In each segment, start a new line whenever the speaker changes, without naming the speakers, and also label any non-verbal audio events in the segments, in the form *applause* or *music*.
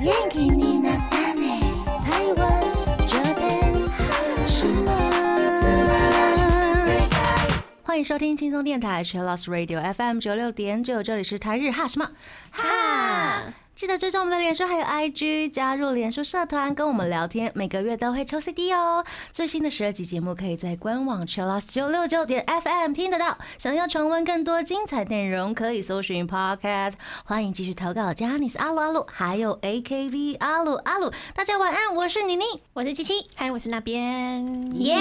元気になったね台湾这边什么
欢迎收听轻松电台 c h i l l o s Radio FM 九六点九，这里是台日哈什么哈。记得追踪我们的脸书还有 IG，加入脸书社团跟我们聊天，每个月都会抽 CD 哦。最新的十二集节目可以在官网 c h i l l o s 九六九点 FM 听得到。想要重温更多精彩内容，可以搜寻 Podcast。欢迎继续投稿 j a n i c e 阿鲁阿鲁，还有 AKB 阿鲁阿鲁。大家晚安，我是妮妮。
我是七七，嗨，我是那边，
嗯
耶、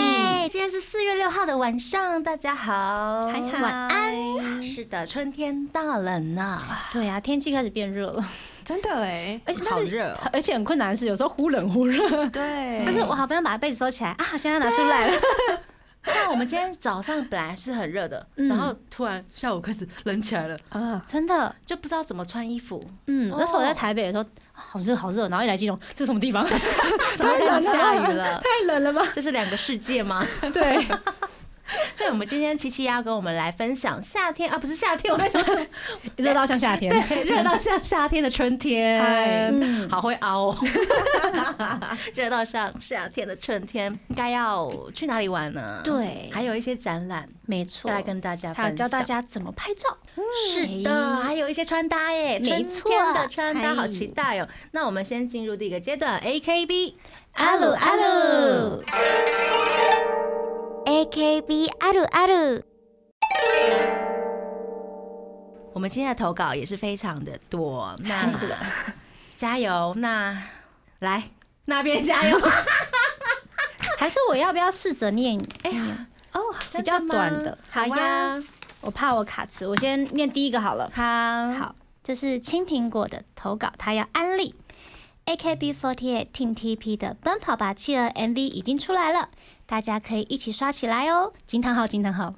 今天是四月六号的晚上，大家好，
嗨嗨，
晚安。是的，春天到了呢，
对啊，天气开始变热了，
真的哎，
而且但
好
是
热哦。
而且很困难的是，有时候忽冷忽热。
对，
但是我好不容易把被子收起来啊，现在拿出
*laughs*
来了。
像我们今天早上本来是很热的，
嗯
然后突然下午开始冷起来了，
啊，
真的，
就不知道怎么穿衣
*laughs*
服。
嗯，
哦
那时候我在台北的时候，啊好热好热，然后一来基隆，这是什么 *laughs* 地方？
怎么
冷
样
了
下雨了？
太冷了吧？
这是两个世界吗？
*laughs* 对，
*laughs* 所以，我们今天七七要跟我们来分享夏天啊，不是夏天，我在说什么？
热到像夏天。
对，热到像夏天的春
嗨
天，
嗯
好会凹、哦。热到像夏天的春天，应该要去哪里玩呢？
对
还有一些展览
没错
要来跟大家分
还有
享，
教大家嗯怎么拍照。
是的，还有一些穿搭耶，
没错哎
春天的穿搭
嗨
好期待哦。那我们先进入第一个阶段，A K B。
阿鲁阿鲁，
AKB あるある
我们今天的投稿也是非常的多，那辛苦了，加油！那来那边加
*laughs*
油，
还是我要不要试着念
哎呀，
哦，
比较
真的吗
短的？啊
好呀，
我怕我卡词，我先念第一个好了。
好，
好，这是青苹果的投稿，他要安利 AKB48 Team TP 的《奔跑吧企鹅》MV 已经出来了，大家可以一起刷起来哦！惊叹号惊叹号！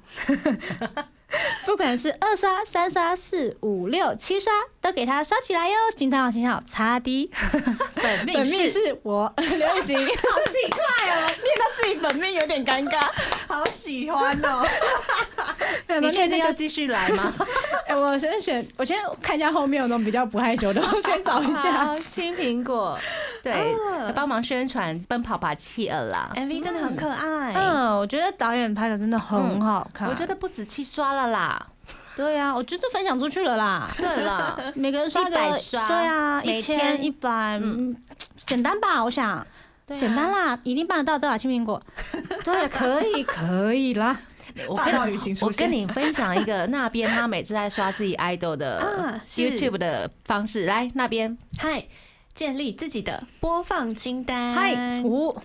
不管是二刷、三刷、四五六七刷，都给它刷起来哟！惊叹号惊叹号，擦滴，
*laughs* 本命
本命
是
是我刘景，念
好奇怪哦。
*laughs* 到自己本命有点尴尬。
好喜欢
*laughs*
哦，
你确定
那
要
个？
继续来吗？
哎，我先选，我先看一下后面有那种比较不害羞的，我先找一 *laughs*
*laughs*
下。
好，青苹果，对，帮忙宣传《奔跑吧企鹅》啦。
，MV 真的很可爱，
嗯，我觉得导演拍的真的很好看。
我觉得不止七刷了啦，
对啊，我觉得分享出去了啦，
对了，
每个人嗯刷个
100刷
对啊，
每
一
天
千一百，嗯，简单吧？我想
对啊
简单啦，一定办得到的啦，青苹果。对，啊可以，可以啦。 *laughs*
我
霸道
跟
雨晴
我
出现
跟你分享一个，那边他每次在刷自己 idol 的
啊是
YouTube 的方式，来那边
嗨。建立自己的播放清单。
嗨
五，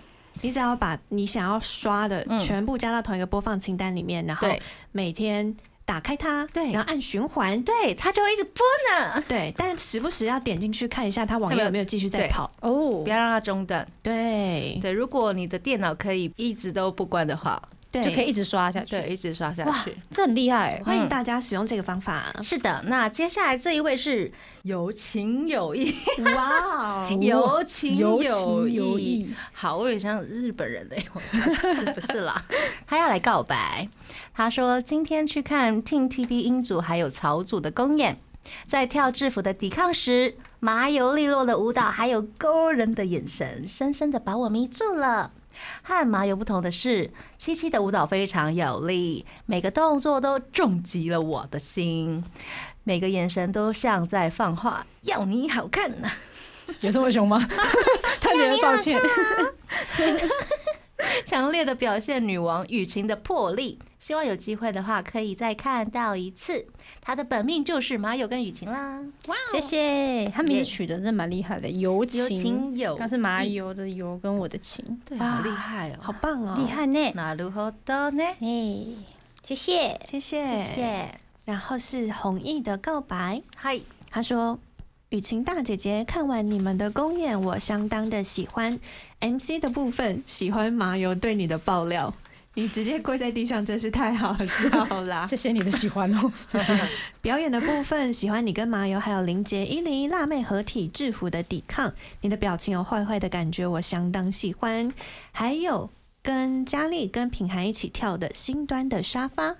你只要把你想要刷的
嗯
全部加到同一个播放清单里面，然后
对
每天打开它，
对
然后按循环，
对，他就会一直播呢，
对，但时不时要点进去看一下它网页有没有继续在
对
跑。
哦
不，要让他中断。
对
对，如果你的电脑可以一直都不关的话，
对，
就可以一直刷下
对，
去。
一直刷下
哇
去。，
这很厉害欸。
欢迎大家使用这个方法。
是的，那接下来这一位是有情有义，
哇哦，
嗯 *laughs* 有情有
情有
义。
义，
好，我有点像日本人的，欸 *laughs* 我是不是啦？ *laughs* 他要来告白，他说今天去看 Team TP 英组还有曹组的公演，在跳制服的抵抗时，麻油利落的舞蹈还有勾人的眼神，深深的把我迷住了。和麻油不同的是，七七的舞蹈非常有力，每个动作都重击了我的心，每个眼神都像在放话，要你好看呐、
*laughs* 有这么凶 *laughs* 吗？他觉得抱歉。
强烈的表现女王雨晴的魄力。希望有机会的话，可以再看到一次。她的本命就是马友跟雨晴啦。
谢谢，他名字取的真的蛮厉害的，油
有
情，
情有
他是麻
义，
油的油跟我的情，
对，
哇
好厉害哦！
好棒哦，
厉，害呢。
那如何的呢？
哎，谢谢。
谢谢。
谢谢。
然后是弘毅的告白，
*laughs* 嗨，
他说。雨晴大姐姐，看完你们的公演，我相当的喜欢。MC 的部分，喜欢麻油对你的爆料，你直接跪在地上，真是太好笑啦
啊
谢！谢你的喜欢哦，谢谢。
表演的部分，喜欢你跟麻油还有林杰一零一辣妹合体制服的抵抗，你的表情有坏坏的感觉，我相当喜欢。还有跟佳丽跟品涵一起跳的新端的沙发，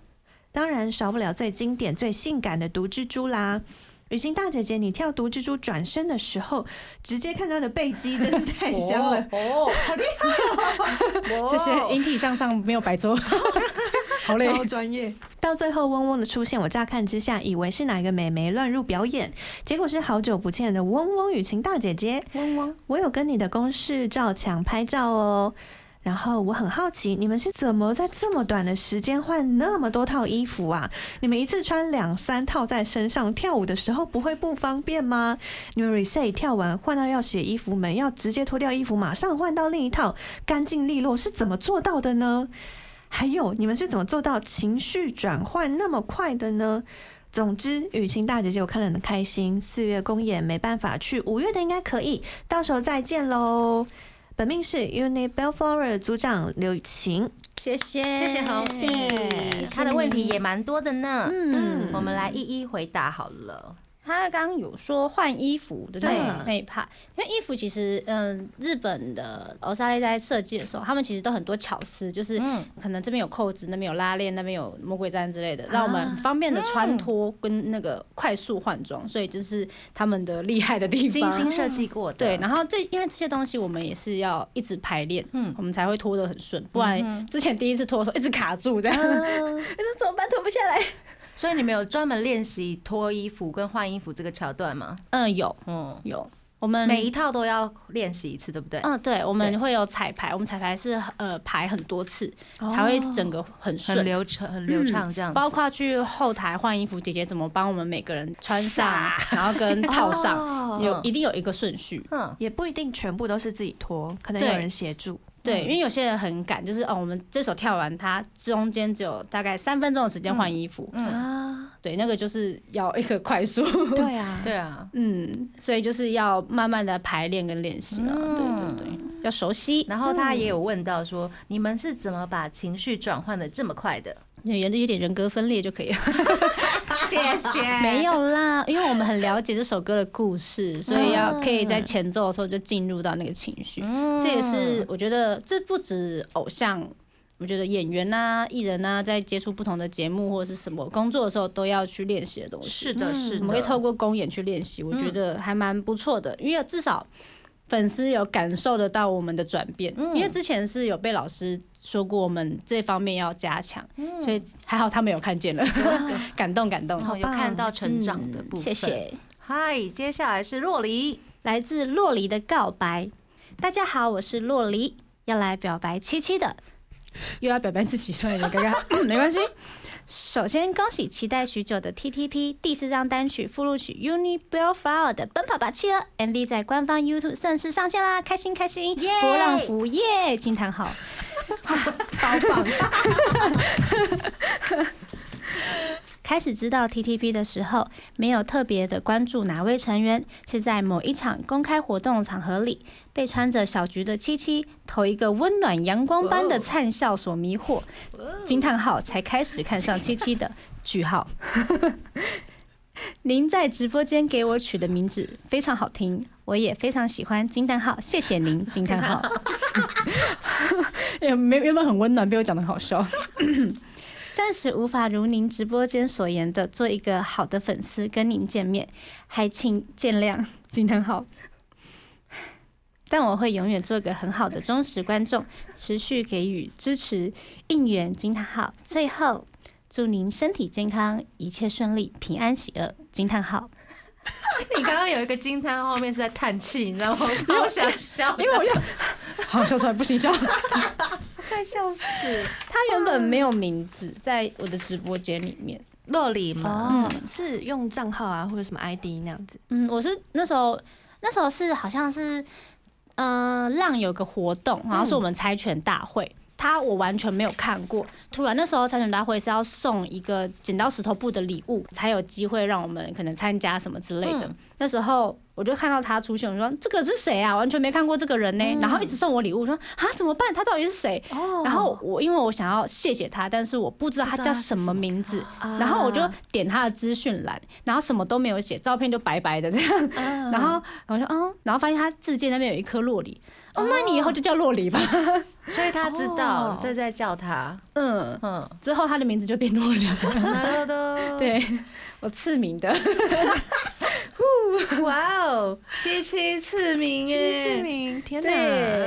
当然少不了最经典、最性感的毒蜘蛛啦。 *laughs* 雨欣大姐姐，你跳毒蜘蛛转身的时候，直接看她的背肌，真是太香了。
哦，好厉害 *laughs*
*laughs*
哦！
这些引体向上没有
*laughs*
白做，好累。
超专业。到最后，嗡嗡的出现，我乍看之下以为是哪一个美眉乱入表演，结果是好久不见的嗡嗡雨晴大姐姐。
嗡嗡，
我有跟你的公式照墙拍照哦。然后我很好奇，你们是怎么在这么短的时间换那么多套衣服啊？你们一次穿两三套在身上，跳舞的时候不会不方便吗？你们 reset 跳完换到要洗衣服们，要直接脱掉衣服，马上换到另一套，干净利落，是怎么做到的呢？还有，你们是怎么做到情绪转换那么快的呢？总之，雨晴大姐姐我看了很开心。四月公演没办法去，五月的应该可以，到时候再见喽。本命是 Uni Belflower 组长刘雨晴，
谢谢，
谢谢红
谢
姐，她的问题也蛮多的呢。嗯，
嗯
我们来一一回答好了。
他刚刚有说换衣服，对不
对
对？那一 part，因为衣服其实，嗯，日本的欧沙类在设计的时候，他们其实都很多巧思，就是
嗯
可能这边有扣子，那边有拉链，那边有魔鬼毡之类
啊
的，让我们很方便的穿
嗯
脱跟那个快速换装，所以这是他们的厉害的地
精心
方。
设计过的，
对，啊然后这因为这些东西我们也是要一直排练，
嗯
我们才会脱得很顺，不然之前第一次脱的时候一直卡住 *laughs* 这样，你说怎么办脱不下来？
所以你们有专门练习脱衣服跟换衣服这个桥段吗？
嗯，有
嗯，
有，我们
每一套都要练习一次，对不对？
嗯，对，我
对
们会有彩排，我们彩排是呃排很多次，才会整个哦很
很
顺。嗯
流畅，很流畅这样子。
包括去后台换衣服，姐姐怎么帮我们每个人穿上，然后 *laughs* 跟套上，
哦
有一定有一个顺序。
嗯，
也不一定全部都是自己脱，可能有
对
人协助。
对，因为有些人很赶，就是哦，我们这首跳完，它中间只有大概三分钟的时间换衣服。 *laughs*
啊，
对，那个就是要一个快速。
对啊，
对啊。
嗯，所以就是要慢慢的排练跟练习了。对对对，要熟悉。
然后他也有问到说，你们是怎么把情绪转换的这么快的？
有有点人格分裂就可以了。
*laughs* 谢谢
*laughs* 没有啦，因为我们很了解这首歌的故事，所以要可以在前奏的时候就进入到那个情绪。这也是我觉得，这不止偶像，我觉得演员呐、艺人呐、在接触不同的节目或者是什么工作的时候，都要去练习的东
*laughs*
西。
是的，是的，
嗯
嗯
我们可以透过公演去练习，我觉得还蛮不错的，因为至少粉丝有感受得到我们的转变。
嗯
因为之前是有被老师说过我们这方面要加强，
嗯
所以还好他们有看见
*laughs*
了， *laughs* 感动感动。
然后哦有看到嗯成长的
嗯
部分。
谢。谢。
嗨，接下来是若离， *laughs*
来自洛黎的告白。大家好，我是洛黎，要来表白七七的，又要表白自己，突然有
*laughs*
点尴尬，嗯没关系。首先恭喜期待许久的 TTP 第四张单曲附录曲《Uni Bellflower》的《奔跑吧企鹅》MV 在官方 YouTube 正式上线啦，开心开心！波浪符耶，惊叹号！
*laughs* 超棒，
*laughs* 开始知道 TTP 的时候，没有特别的关注哪位成员，是在某一场公开活动场合里，被穿着小菊的七七投一个温暖阳光般的灿笑所迷惑，惊叹号才开始看上七七的句号。 *laughs* 您在直播间给我取的名字非常好听，我也非常喜欢。惊叹号，谢谢您！惊叹号， *laughs* 也没原本很温暖，被我讲的好笑。暂时无法如您直播间所言的做一个好的粉丝跟您见面，还请见谅。 *laughs* 惊叹号！但我会永远做个很好的忠实观众，持续给予支持、应援。惊叹号！最后，祝您身体健康，一切顺利，平安喜乐。惊叹号！
你刚刚有一个惊叹，后面是在叹气，你知道吗？我超想笑的，
*laughs* 因为我要 *laughs* 好笑出来不行笑，
快笑死。
他原本没有名字，在我的直播间里面。
洛里嘛，
哦，是用账号啊，或者什么 ID 那样子。
嗯，我是那时候那时候是好像是，呃，浪有个活动，然后是我们猜拳大会。他我完全没有看过，突然那时候猜拳大会是要送一个剪刀石头布的礼物，才有机会让我们可能参加什么之类的。
嗯
那时候我就看到他出现，我说这个是谁啊？完全没看过这个人呢、然后一直送我礼物，我说啊怎么办？他到底是谁？
哦
然后我因为我想要谢谢他，但是我不知道他叫什么啊名字，然后我就点他的资讯栏，然后什么都没有写，照片就白白的这样，然后我就嗯，然后发现他字界那边有一颗洛梨，哦，那你以后就叫洛 *laughs* 梨吧，
所以他知道
哦，
这在叫他，
嗯， *laughs*
嗯，
之后他的名字就变洛梨，
哈喽的，
对我赐名的，
哇哦，七七次名
七十四
耶！
名，天
对，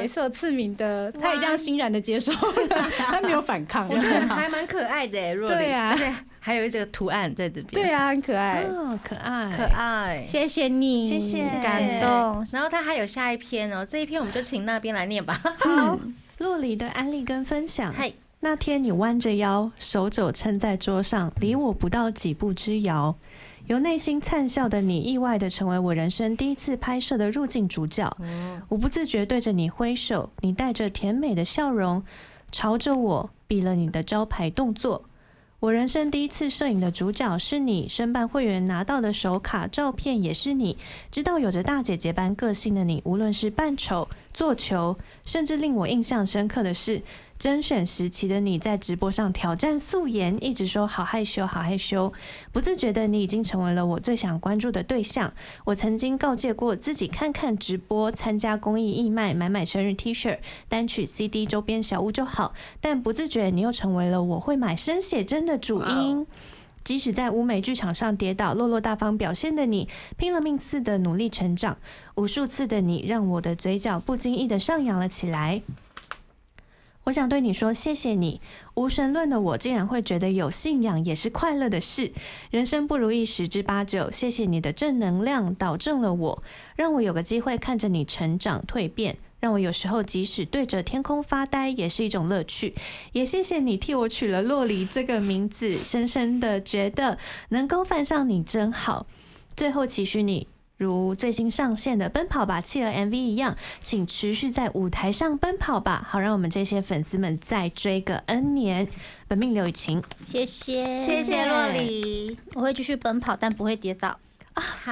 哪！
是有次名的，他也这样欣然的接受了，他没有反 *laughs* 抗。
我觉得还蛮可爱的欸耶，若琳
对啊
而且还有一个图案在这边，
对，啊，很可爱，
哦，可爱，
可爱。
谢谢你，
谢谢
感动。
然后他还有下一篇哦，这一篇我们就请那边来念吧。
*laughs*
好，洛里的安利跟分享。
嗨，
那天你弯着腰，手肘撑在桌上，离我不到几步之遥。由内心灿笑的你，意外的成为我人生第一次拍摄的入境主角。我不自觉对着你挥手，你带着甜美的笑容，朝着我比了你的招牌动作。我人生第一次摄影的主角是你，申办会员拿到的手卡照片也是你。知道有着大姐姐般个性的你，无论是扮丑、做球，甚至令我印象深刻的是，甄选时期的你在直播上挑战素颜，一直说好害羞，好害羞。不自觉的，你已经成为了我最想关注的对象。我曾经告诫过自己，看看直播、参加公益义卖、买买生日 T 恤、单曲 CD 周边小物就好，但不自觉你又成为了我会买生写真的主因。即使在舞美剧场上跌倒、落落大方表现的你，拼了命似的努力成长，无数次的你让我的嘴角不经意的上扬了起来。我想对你说，谢谢你。无神论的我竟然会觉得有信仰也是快乐的事。人生不如意十之八九，谢谢你的正能量导正了我，让我有个机会看着你成长蜕变，让我有时候即使对着天空发呆也是一种乐趣。也谢谢你替我取了洛黎这个名字，深深的觉得能够犯上你真好。最后期许你。如最新上线的《奔跑吧企鹅》MV 一样，请持续在舞台上奔跑吧，好让我们这些粉丝们再追个 N 年。本命刘雨晴，
谢谢，
谢谢洛里，
我会继续奔跑，但不会跌倒。
好，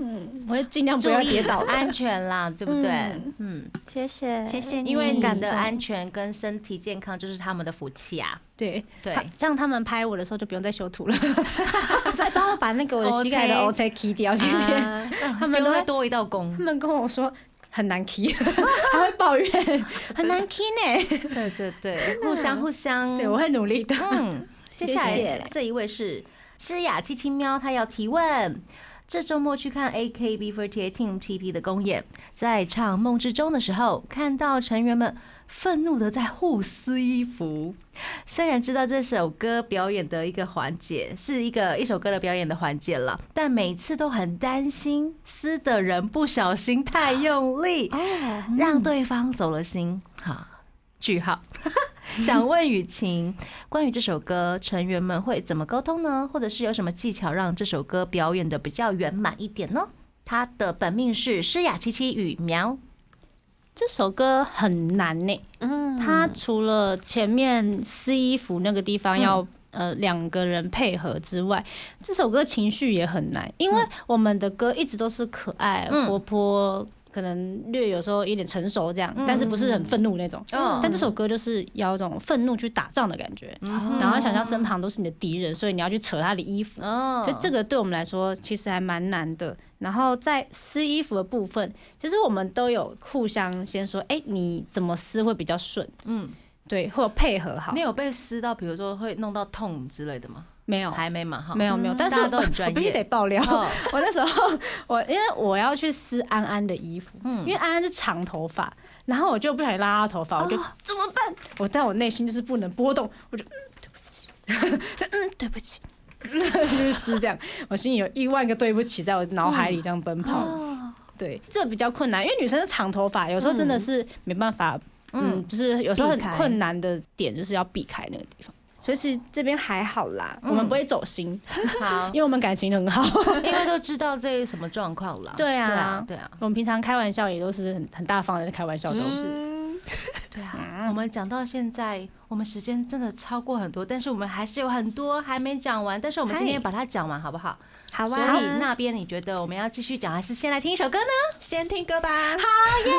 嗯，我会尽量不
注
要
意
跌倒。
安全啦，对不对
嗯？
嗯，
谢谢，
谢。谢你，
因为你
感
的
动
安全跟身体健康就是他们的福气啊。
对
对
他这样他们拍我的时候就不用再修图 *laughs* 了，再帮我把那个我的膝盖 *laughs* 的 O
OK
C K 掉，谢谢。
啊
他 *laughs* 们都
会
在
多一道工
他。们跟我说很难 *laughs* key，还会抱怨 *laughs* 很难 key 呢。
对对对，互相互相。
*laughs* 对，我会努力的。 *laughs*
嗯，接下
谢
来
谢
这一位是诗雅七七喵，她要提问。这周末去看 AKB48 Team TP 的公演，在唱《梦之中》的时候，看到成员们愤怒的在互撕衣服。虽然知道这首歌表演的一个环节是一个一首歌的表演的环节了，但每次都很担心撕的人不小心太用
呃
力，
哦
*laughs* 让对方走了心。哈，句号。 *laughs* 想问雨晴，关于这首歌，成员们会怎么沟通呢？或者是有什么技巧让这首歌表演的比较圆满一点呢？他的本命是诗雅七七与苗，
这首歌很难呢、
嗯
它除了前面撕衣服那个地
嗯
方要、呃两个人配合之外，这首歌情绪也很难，因为我们的歌一直都是可爱、
嗯
活泼，可能略有时候有点成熟这样，但是不是很愤怒那种。
嗯
但这首歌就是要一种愤怒去打仗的感觉，
嗯
然后想象身旁都是你的敌人，所以你要去扯他的衣服。
哦
所以这个对我们来说其实还蛮难的。然后在撕衣服的部分，其实我们都有互相先说，哎、你怎么撕会比较顺？
嗯，
对，或者配合好
你。有被撕到，比如说会弄到痛之类的吗？
没有，
还没嘛哈，嗯
没有，没有。但是
大家
我
都很
*laughs* 我
专
必须
业
得爆料，
哦
*laughs* 我那时候我因为我要去撕安安的衣服，因为安安是长头发，然后我就不小心拉到头发，我就怎么办？我但我内心就是不能波动，我就 *laughs* 嗯 *laughs* 对不起，嗯对不起，就是撕这样，我心里有一万个对不起在我脑海里这样奔跑。对，这比较困难，因为女生是长头发，有时候真的是没办法，嗯，就是有时候很
避开
困难的点就是要避开那个地方。所以其实这边还好啦，我们不会走心，
嗯好
因，为我们感情很好。
因为都知道这什么状况了。
对啊
对啊，
我们平常开玩笑也都是很很大方的开玩笑，都
嗯
是。
对啊。我们讲到现在，我们时间真的超过很多，但是我们还是有很多还没讲完，但是我们今天
嗨
把它讲完好不好？
好
所
啊，
以那边你觉得我们要继续讲，还是先来听一首歌呢？
先听歌吧。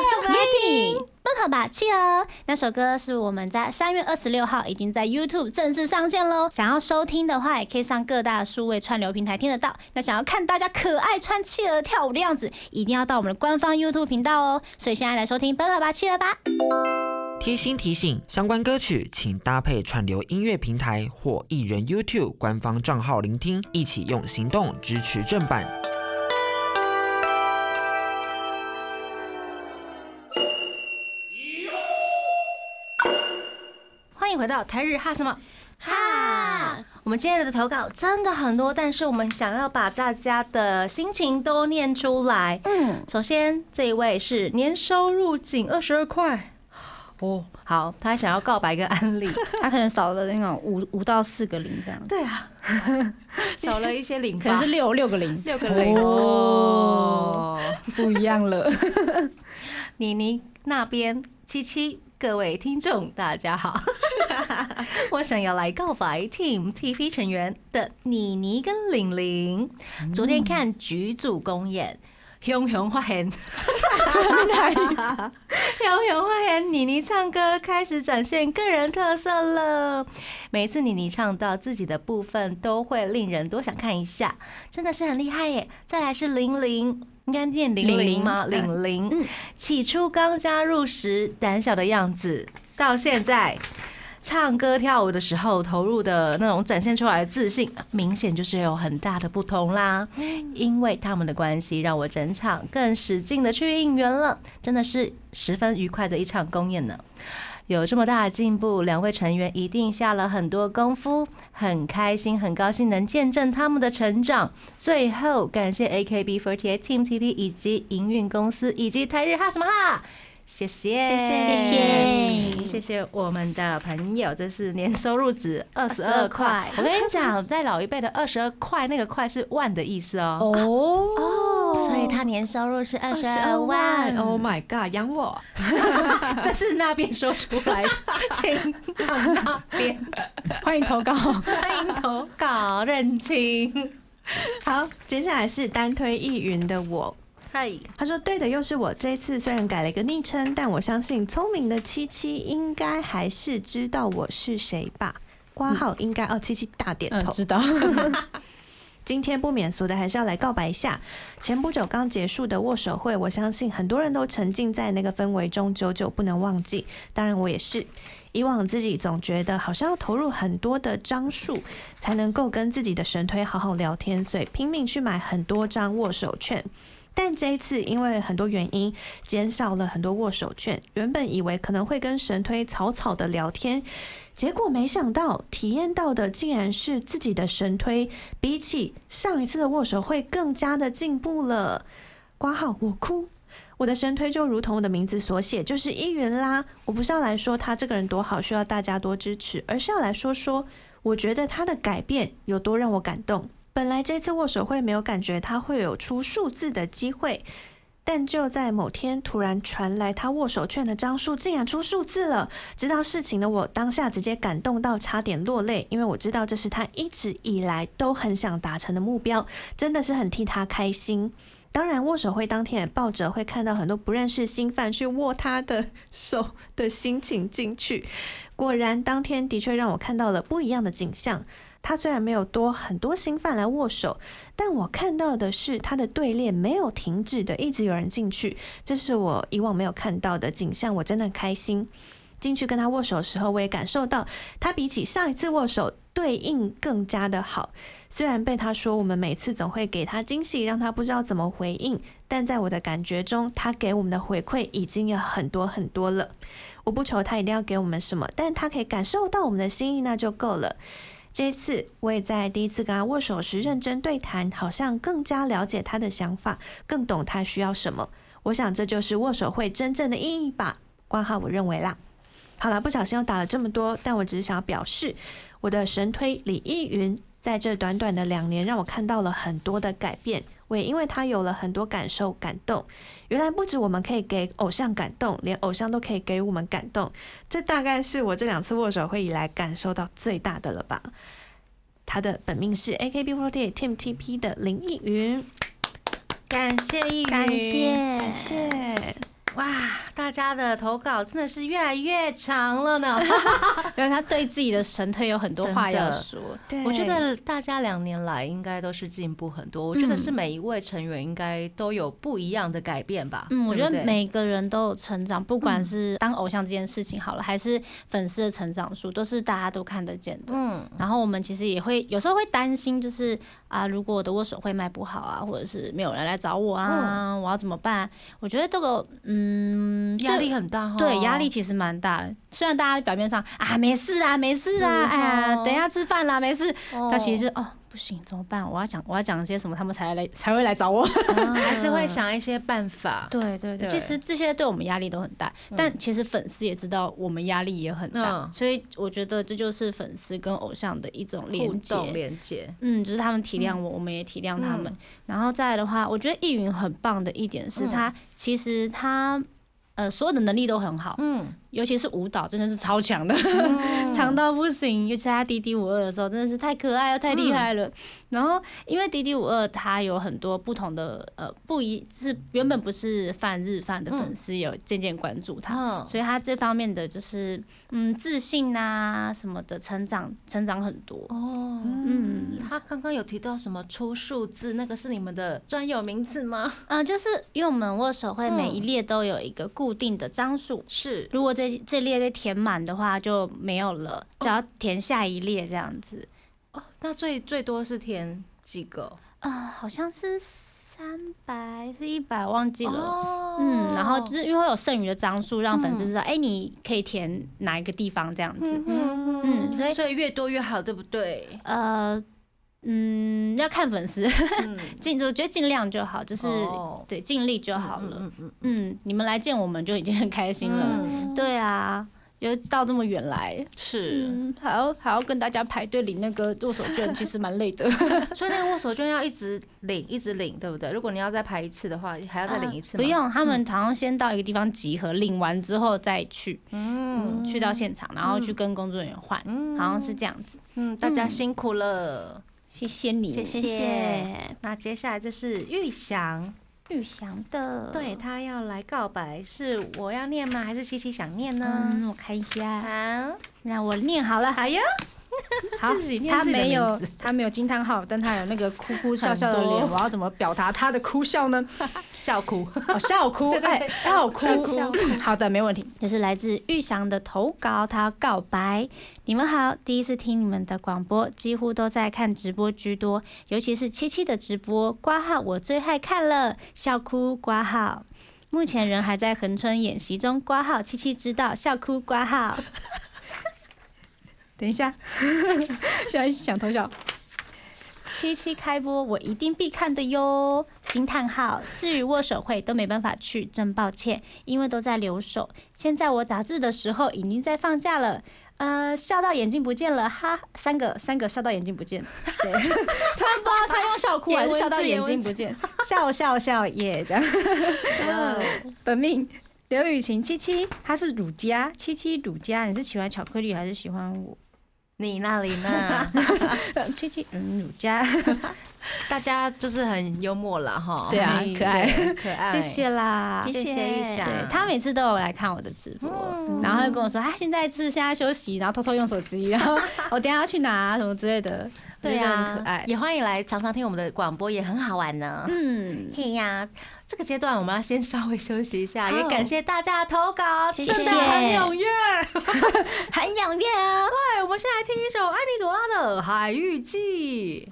Yeti，
奔跑吧，企鹅！那首歌是我们在三月二十六号已经在 YouTube 正式上线喽。想要收听的话，也可以上各大数位串流平台听得到。那想要看大家可爱穿企鹅跳舞的样子，一定要到我们的官方 YouTube 频道哦。所以现在来收听《奔跑吧，企鹅》吧。
*laughs*
贴心提醒：相关歌曲请搭配串流音乐平台或艺人 YouTube 官方账号聆听，一起用行动支持正版。
迎回到台日哈什么？
哈，
我们今天的投稿真的很多，但是我们想要把大家的心情都念出来。
嗯，
首先这一位是年收入仅二十二块，哦，好，他想要告白跟安利，
他可能少了那种五五到四个零这样，
对啊， *laughs* 少了一些
*laughs*
零吧，
可能是六六个零，
六个零哦。
不一样了。
妮妮那边，七七，各位听众大家好，我想要来告白 Team TP 成员的妮妮跟玲玲，昨天看局组公演。熊熊发 *laughs* 现，熊熊发现妮妮唱歌开始展现个人特色了。每次妮妮唱到自己的部分，都会令人多想看一下，真的是很厉害耶！再来是玲玲，应该念玲
玲
玲
玲
吗？玲嗯玲，起初刚加入时胆小的样子，到现在唱歌跳舞的时候投入的那种展现出来的自信，明显就是有很大的不同啦。因为他们的关系，让我整场更使劲的去应援了，真的是十分愉快的一场公演呢。有这么大的进步，两位成员一定下了很多功夫，很开心，很高兴能见证他们的成长。最后感谢 AKB48 Team TP 以及营运公司以及台日哈什么哈，谢谢
谢谢
谢谢，
谢谢我们的朋友，这是年收入值二十二块
22块。
我跟你讲，在老一辈的二十二块，那个块是万的意思哦。
哦，
哦，
所以他年收入是二十二
22
万
万，Oh my god，养我，
*laughs* 这是那边说出来的，请让那边
欢迎投稿。
欢迎投稿认清。
*laughs* 好，接下来是单推易云的我，
嗨，
他说：“对的，又是我。这一次虽然改了一个昵称，但我相信聪明的七七应该还是知道我是谁吧。”挂号应该哦，七七大点
嗯，
头。
知道。
今天不免俗的，还是要来告白一下。前不久刚结束的握手会，我相信很多人都沉浸在那个氛围中，久久不能忘记。当然，我也是。以往自己总觉得好像要投入很多的张数，才能够跟自己的神推好好聊天，所以拼命去买很多张握手券。但这一次因为很多原因，减少了很多握手券。原本以为可能会跟神推草草的聊天，结果没想到体验到的竟然是自己的神推比起上一次的握手会更加的进步了。挂号，我哭。我的神推就如同我的名字所写，就是一元啦。我不是要来说他这个人多好，需要大家多支持，而是要来说说，我觉得他的改变有多让我感动。本来这次握手会没有感觉他会有出数字的机会，但就在某天突然传来他握手券的张数竟然出数字了。知道事情的我当下直接感动到差点落泪，因为我知道这是他一直以来都很想达成的目标，真的是很替他开心。当然，握手会当天也抱着会看到很多不认识新犯去握他的手 *laughs* 的心情进去。果然，当天的确让我看到了不一样的景象。他虽然没有多很多新犯来握手，但我看到的是他的队列没有停止的，一直有人进去，这是我以往没有看到的景象，我真的很开心。进去跟他握手的时候，我也感受到他比起上一次握手对应更加的好。虽然被他说我们每次总会给他惊喜，让他不知道怎么回应，但在我的感觉中，他给我们的回馈已经有很多很多了。我不求他一定要给我们什么，但他可以感受到我们的心意，那就够了。这一次，我也在第一次跟他握手时认真对谈，好像更加了解他的想法，更懂他需要什么。我想这就是握手会真正的意义吧。挂号，我认为啦。好了，不小心又打了这么多，但我只是想要表示，我的神推李依云在这短短的两年，让我看到了很多的改变。我也因为他有了很多感受感动。原来不止我们可以给偶像感动，连偶像都可以给我们感动。这大概是我这两次握手会以来感受到最大的了吧。他的本命是 AKB48 Team TP 的林依云，
感谢易云，
感谢，
感谢。
哇，大家的投稿真的是越来越长了呢。
因为他对自己的神推有很多话要说。
对，
我觉得大家两年来应该都是进步很多，我觉得是每一位成员应该都有不一样的改变吧。
嗯，我觉
对不
得
对
每个人都有成长，不管是当偶像这件事情好了，还是粉丝的成长数，都是大家都看得见的。
嗯，
然后我们其实也会有时候会担心，就是啊，如果我的握手会卖不好啊，或者是没有人来找我啊，我要怎么办？我觉得这个嗯，
嗯，
压
对
力很大哈。哦
对，压力其实蛮大的。虽然大家表面上啊没事啦，没事啦，哎呀，等一下吃饭啦，没事，但其实是哦不行，怎么办？我要讲我要讲些什么，他们才来才会来找我。
还是会想一些办法。
*laughs* 对对嗯对，
对
其实这些对我们压力都很大，但其实粉丝也知道我们压力也很大，
嗯
所以我觉得这就是粉丝跟偶像的一种
互
连
动
接。
连接，
嗯，就是他们体谅我，我们也体谅他们。
嗯
然后再来的话，我觉得易云很棒的一点是
嗯
他、其实他呃所有的能力都很好，
嗯，哦
尤其是舞蹈真的是超强的， *laughs* 强、到不行。尤其是他滴滴五二的时候，真的是太可爱了，太厉害
嗯
了。然后因为滴滴五二它有很多不同的呃不一，是原本不是泛日饭的粉丝有渐渐关注他，
嗯
所以他这方面的就是嗯自信啊什么的成长成长很多。
哦，
嗯
他刚刚有提到什么出数字，那个是你们的专有名字吗？
嗯、就是因为我们握手
嗯
会每一列都有一个固定的张数，
是，
如果这这列被填满的话就没有了，
哦
只要填下一列这样子。
那最最多是填几个？
啊、好像是三百是一百，忘记了。
哦
嗯，然后就是因为会有剩余的张数，让粉丝知道，哎、你可以填哪一个地方这样子。
嗯
嗯所以
所以越多越好，对不 *laughs* 对？
呃，嗯，要看粉丝， *laughs*
嗯，
尽我觉得尽量就好，就是、
哦
对尽力就好了。
嗯嗯
嗯你们来见我们就已经很开心了。
嗯，
对啊，就到这么远来，
是，
嗯，还要还要跟大家排队领那个握手券，其实蛮累 *laughs* 的。
所以那个握手券要一直领，一直领，对不对？如果你要再排一次的话，还啊要再领一次、
不，用，他们好像先到一个地方集合，领完之后再去，嗯，去到现场，然后去跟工作人员换，好像是这样子。
嗯，大家辛苦了。
谢谢你，
谢谢。
那接下来就是玉祥，
玉祥的，
对，他要来告白，是我要念吗？还是七七想念呢？嗯
嗯，我看一下，
好，
那我念好了，哎呀。 *laughs* 好
自己，念
他
自己的
没
名
有
字，
他没有惊叹号，但他有那个哭哭笑笑的脸。
很
我要怎么表达他的哭 *laughs* 笑呢？
笑哭，
哦，笑 *laughs* 哭，哎，笑哭，
笑哭
好的，没问题。这是来自玉祥的投稿，他要告白。你们好，第一次听你们的广播，几乎都在看直播居多，尤其是七七的直播，挂号我最爱看了，笑哭挂号。目前人还在恒春演习中，挂号七七知道，笑哭挂号。 *laughs* 等一下，现在想偷笑。七七开播，我一定必看的哟！惊叹号！至于握手会都没办法去，真抱歉，因为都在留守。现在我打字的时候已经在放假了，呃，笑到眼睛不见了，哈！三个三个笑到眼睛不见，对，突然不知道他用笑哭还是笑到眼睛不见，笑笑笑耶这样。
嗯
本命刘雨晴七七，她是乳加七七乳加，你是喜欢巧克力还是喜欢 *laughs* 我？
你那里呢？ *laughs*
七七嗯乳加，
大家就是很幽默啦，哈，
对啊
哎，
可爱。
*laughs* 可爱，
谢谢啦，
谢谢
哎谢玉啊
对
祥，
他每次都有来看我的直播，
嗯
然后他就跟我说，他啊现在是现在休息，然后偷偷用手机， *laughs* 然后
*laughs*
我等一下要去拿、什么之类的，我
对啊
就觉得
呀，
很可爱。
也欢迎来常常听我们的广播，也很好玩呢。
嗯，
嘿呀，这个阶段我们要先稍微休息一下，
好
也感谢大家的投稿，
谢
真
谢
的很踊跃。
*laughs* 很踊跃哦。
对，我们先来听一首安妮朵拉的《海域记》。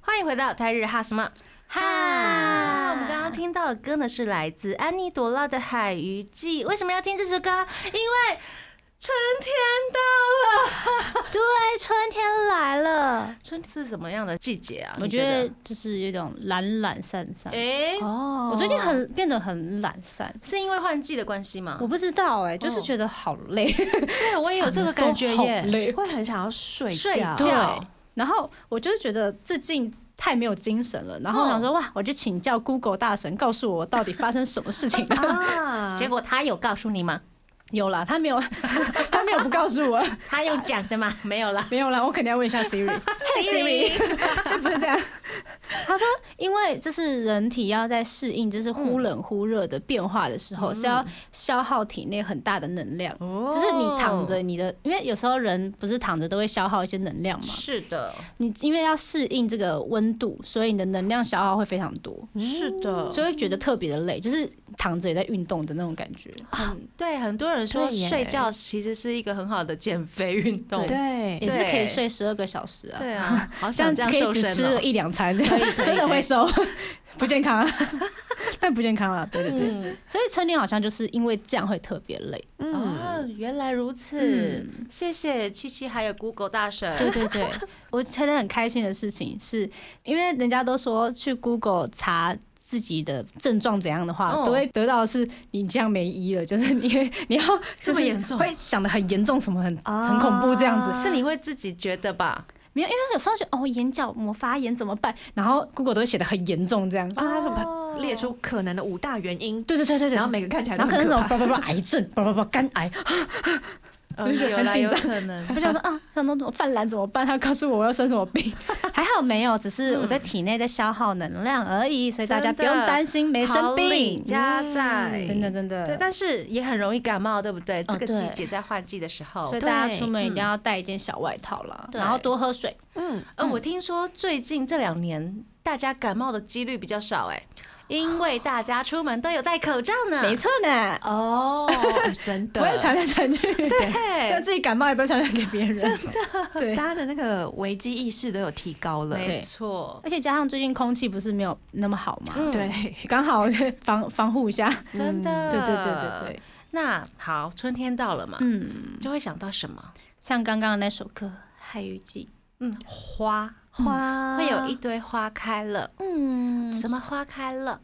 欢迎回到台日哈什么？那我们刚刚听到的歌呢，是来自安妮朵拉的《海鱼记》。为什么要听这首歌？因为春天到了。
对，
哎
春天来了，
春是什么样的季节啊？
我
你
觉得，就是有一种懒懒散散。
哎、
哦，
我最近很变得很懒散，
是因为换季的关系吗
我？不知道哎、就是觉得好累，
对，我也哦有这个感觉
好
耶。
累。
会很想要睡
睡
觉，
觉
对，然后我就觉得最近太没有精神了，然后我想
哦
说哇，我就请教 Google 大神，告诉我到底发生什么
*laughs*
事情了。
啊，
结果他有告诉你吗？
有啦，他没有， *laughs* 他没有不告诉我，
他有讲的吗？ *laughs* 没有啦。
没有啦，我肯定要问一下 *laughs* Siri。嘿 Siri，不是这样。他说，因为就是人体要在适应就是忽冷忽热的变化的时候，是要消耗体内很大的能量。
哦
就是你躺着，你的因为有时候人不是躺着都会消耗一些能量嘛，
是的，
你因为要适应这个温度，所以你的能量消耗会非常多，
是的。
所以会觉得特别的累，就是躺着也在运动的那种感觉。
对，很多人说
对耶
睡觉其实是一个很好的减肥运动。
对
也是可以睡十二个小时啊，
对啊，好
这
想
样 *laughs*
这样
可以
瘦
只吃
身
了
哦。
一两餐，可以
以可以
真的
可
会
以
收，不健康啊，但不健康啊，对对对。
嗯
所以春天好像就是因为这样会特别累，
嗯，
哦，原来如此，谢谢七七还有 Google 大神。
对对对，我觉得很开心的事情是，因为人家都说去 Google 查。自己的症状怎样的话，
哦
都会得到的是你这样没医了，就是你会你要
这么
就是
严重
会想的很严重，什么很很恐怖这样子。
是你会自己觉得吧？
没有，因为有时候觉得哦眼角膜发炎怎么办，然后 Google 都会写的很严重这样。
然后他什么列出可能的五大原因，
对对对对对，
然后每个看起来都
然后可
很
能
可
什么
怕。
叭叭叭癌症，叭叭叭肝癌，
呃，
就是
有
*laughs* 很
啦，
紧
有
张
可能。
我想说啊，想说怎么犯懒怎么办？他告诉我我要生什么病， *laughs* 还好没有，只是我在体内在消耗能量而已，所以大家
真
不
的
用担心 *laughs* 没生
好领
病。嗯
加在，
真的真的，
对，但是也很容易感冒，对不对？这个
对
季节在换季的时候
所以，
对
大家出门一定要带一件小外套啦，
对
然后多喝水。
嗯，
嗯，我听说最近这两年大家感冒的几率比较少，哎，因为大家出门都有戴口罩呢。
没错呢，
哦，真的，
不会传来传去，对， *laughs* 就
对，
自己感冒也不会传染给别人。对
大。家的那个危机意识都有提高了。
没错，
而且加上最近空气不是没有那么好嘛，
嗯，
对，
刚好防防护一下。
真的，
嗯对对对对对。，
那好，春天到了嘛，
嗯，
就会想到什么？
像刚刚的那首歌《海芋记
嗯，花
花
会有一堆花开了，》，
啊
嗯，哦
什么花开了？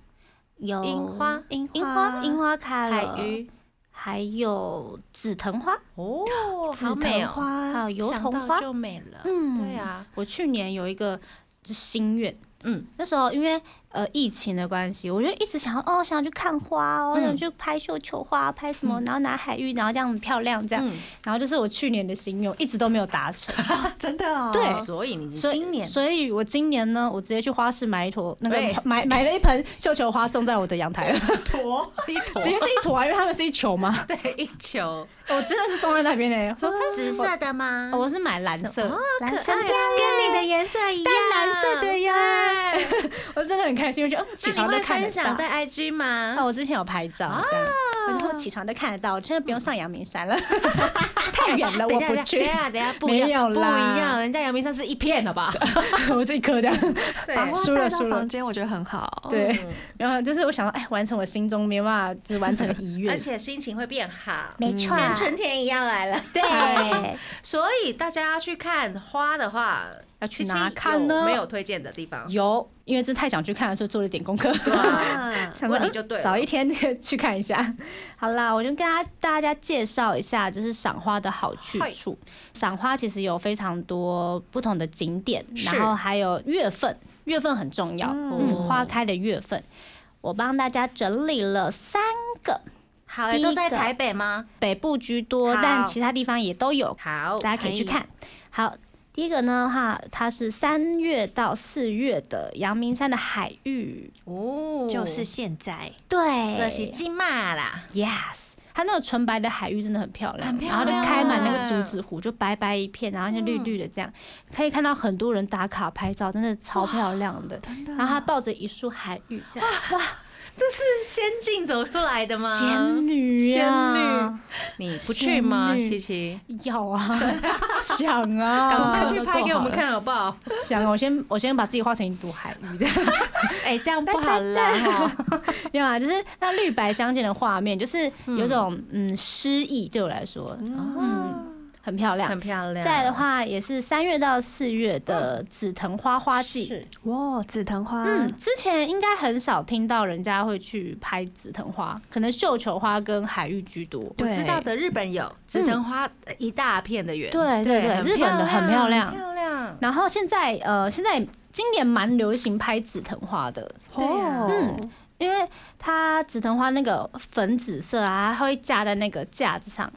有
樱花、
樱
樱花，樱花开
海
了，
芋，
还有紫藤花，
哦，好
紫
美
藤
哦，
花，
还有油
想
桐
到
花。
就美了。
嗯
对啊，
我去年有一个就是心愿，
嗯，
那时候因为呃疫情的关系，我就一直想要哦，想要去看花哦，
嗯
想去拍绣球花，拍什么，然后拿海芋，然后这样很漂亮这样，
嗯
然后就是我去年的心愿，我一直都没有达成。
真的哦，
对
所以你
所以
今年
所以我今年呢，我直接去花市买一坨那
对
个买买了一盆绣球花，种在我的阳台了，
坨，
一坨
直接是一坨啊，因为它们是一球嘛，
对一球
我哦真的是种在那边欸呢。我
嗯
说
紫色的吗
哦？我是买蓝色，
蓝
可
色
爱
的，跟你的颜色一样，
淡蓝色的呀 *laughs*
对。
我真的很开心，我觉得哦起
哎那
床
你
都
会
看得
分享
到。
在嗯 IG 吗？
哦，我之前有拍照这样，我就说哦起床都看得到，我真的不用上阳
*laughs*
明山了，太远了，
等
我
一下，
不
等一
去，
下，等一下，不一
没
样，
有
不
啦
一样，人家阳明山是一片，好不
*laughs*
好？
我自己磕掉。
对
把花
输了
带到
输了
房间我觉得很好。
对，
嗯
然后就是我想，哎，完成我心中没办法，就是完成的遗
而
愿。
且嗯心情会变好，
没错，
跟春天一样来
*laughs*
了。
对，
所以大家去看花的话，
要
七
去
七
哪
有
看呢
没有推荐的地方，
有，因为这太想去看了，所以做了一点功课。
啊，
想说
问你
嗯
就对了。
早一天 *laughs* 去看一下。 *laughs* 好啦，我就跟大家大家介绍一下，就是赏花的好去
嗨
处。赏花其实有非常多不同的景点，
是
然后还有月份，月份很重要，嗯，花开的月份。我帮大家整理了三个，
好欸，
第一
都在
个
台北吗？
北部居多，
好
但其他地方也都有，
好，
大家可以去看。好，第一个呢，哈，它是三月到四月的阳明山的海域，
哦，
就是现在，
对，
那是金马啦，
Yes，它那个纯白的海域真的很漂亮，
很漂亮
然后就开满那个竹子湖，就白白一片，然后就绿绿的这样，
嗯
可以看到很多人打卡拍照，真的超漂亮的。
真
啊
的
然后它抱着一束海芋，这样
这是仙境走出来的吗？
仙女呀、
啊你不去吗？
仙女
琪琪，
要啊，
*laughs*
想啊，
赶快
都
去
做
拍给我们
好了
看好不好？
想啊！我先我先把自己画成一朵海芋这样，
*laughs* 哎，这样不好啦哈。
没有啊，就是那绿白相间的画面，就是有种嗯诗意，对我来说，嗯，很漂亮
很。漂亮。
再来的，话，也是三月到四月的紫藤花花季
是。
哇，哦紫藤花，
嗯，之前应该很少听到人家会去拍紫藤花，可能绣球花跟海芋居多。
我
对
知道的，日本有紫藤花一大片的园，
嗯对对对，
很
日本的很漂亮。
漂亮。
然后现在呃，现在今年蛮流行拍紫藤花的，嗯
对啊
哦，
因为它紫藤花那个粉紫色啊，它会架在那个架子上，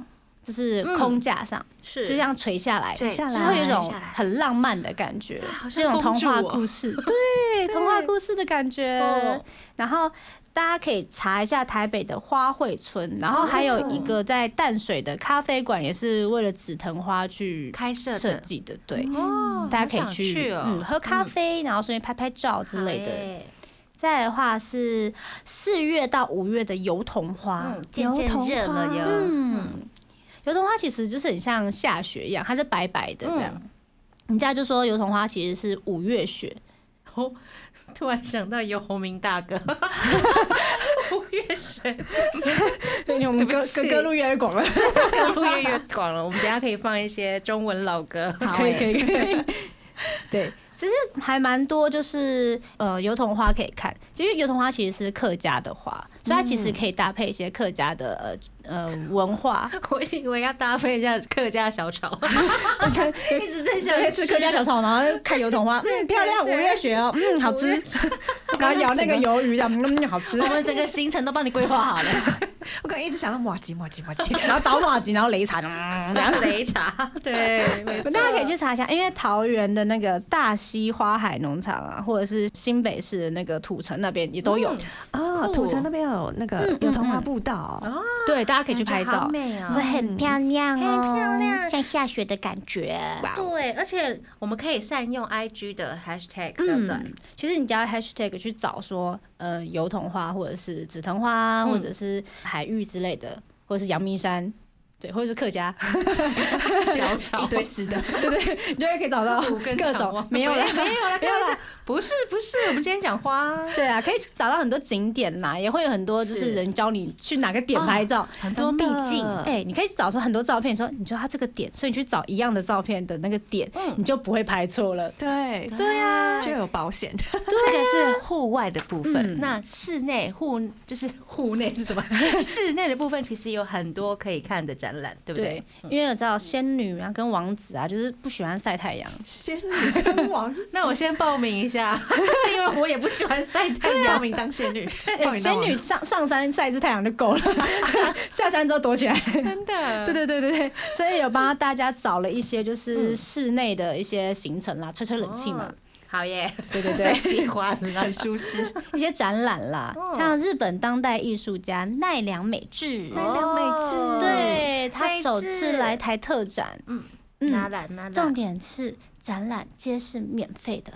就是空架上，
是
就这样垂下来。
对
下
就
来
是会有一
垂
种
下来
很浪漫的感觉，
好
这
像
种童
公主
话
哦
故
*laughs*
事，对童话故事的感觉
哦。
然后大家可以查一下台北的花卉村，然后还
哦
有一个在淡水的咖啡馆，也是为了紫藤花去
开设的
设计的，对，
哦
大家可
好想
以去
哦
嗯喝咖啡，然后顺便拍拍照之类的。
的。
再来的话是四月到五月的油桐花，
嗯，渐渐热了
油
哟。
嗯，油桐花其实就是很像下嗯雪一样，它是白白的这样。人家就说油桐花其实是五月雪，
后 *laughs* 突然想到有侯明
*laughs*
大哥，五月雪，
因为我们
对
歌
不起
歌歌路越来越
*laughs*
广了，
路越越广了。我们等一下可以放一些中文老
*laughs*
歌。
可以可以可以。对，
还蛮多，就是呃油桐花可以看，因为油桐花其实是客家的花，所以它其实可以搭配一些客家的呃呃文 *laughs* 化。
我以为要搭配一下客家
*laughs*
小炒，
一
一直在
就可以吃客家小炒，然后看油桐花，嗯，漂亮，五月雪哦，嗯，好吃。 *laughs*
然后咬那个鱿鱼，这样嗯好吃
我。们整个行程都帮你规划
*laughs*
好了，
我刚刚一直想到马吉马吉马吉， *laughs*
然后倒马吉，然后擂茶，嗯，
然后擂茶，对，
*laughs*
没错
大家可以去查一下，因为桃园的那个大溪花海农场啊，或者是新北市的那个土城那边也都有，
啊，土城那边有那个有童话步道，
对，大家可以去拍
好
照。
美啊
哦
会很漂亮哦，
很漂亮
像下雪的感觉。
哦
哦对，而且我们可以善用 IG 的
嗯
hashtag，对
嗯
不对？
其实你只要 hashtag 去找说，呃，油桐花或者是紫藤花，
嗯
或者是海芋之类的，或者是阳明山，对，或者是客 *laughs* 家，
小炒
一堆吃的，
你就会可以找到
五根
各
肠
种
旺
没有啦，
没有啦，开玩笑，不是不是，我们今天讲花，
对啊，可以找到很多景点啦，也会有很多就是
是
人教你去哪个点拍照。
啊很多秘境，
哎、你可以找出很多照片，说你知道它这个点，所以你去找一样的照片的那个点，
嗯
你就不会拍错了。
对
对啊，
就有保险。
这个是户外的部分，
嗯
那室内户就是户内是什么？ *laughs* 室内的部分其实有很多可以看的展览，对不嗯对
对？，因为我知道仙女啊跟王子啊，就是不喜欢晒
*laughs*
太阳，
仙女跟王，
那我先报名一 *laughs* 下，因为我也不喜欢晒太阳。
报名当啊仙女，报名当
哎仙
王
女上 *laughs* 上山晒一次太阳就
*laughs*
够了，下山之后躲起来。
真的，
对对对对对，所以有帮大家找了一些
嗯
就是室内的一些行程啦，吹吹冷气嘛
哦，好耶，
对对
*laughs* 最
对，
喜欢了
很。舒适。
一些展览啦，像日本当代艺术家奈良美智，
奈良美智
哦
对他
美智
首次来台特展，
嗯那
嗯，
啦那啦，
重点是展览皆是免费的。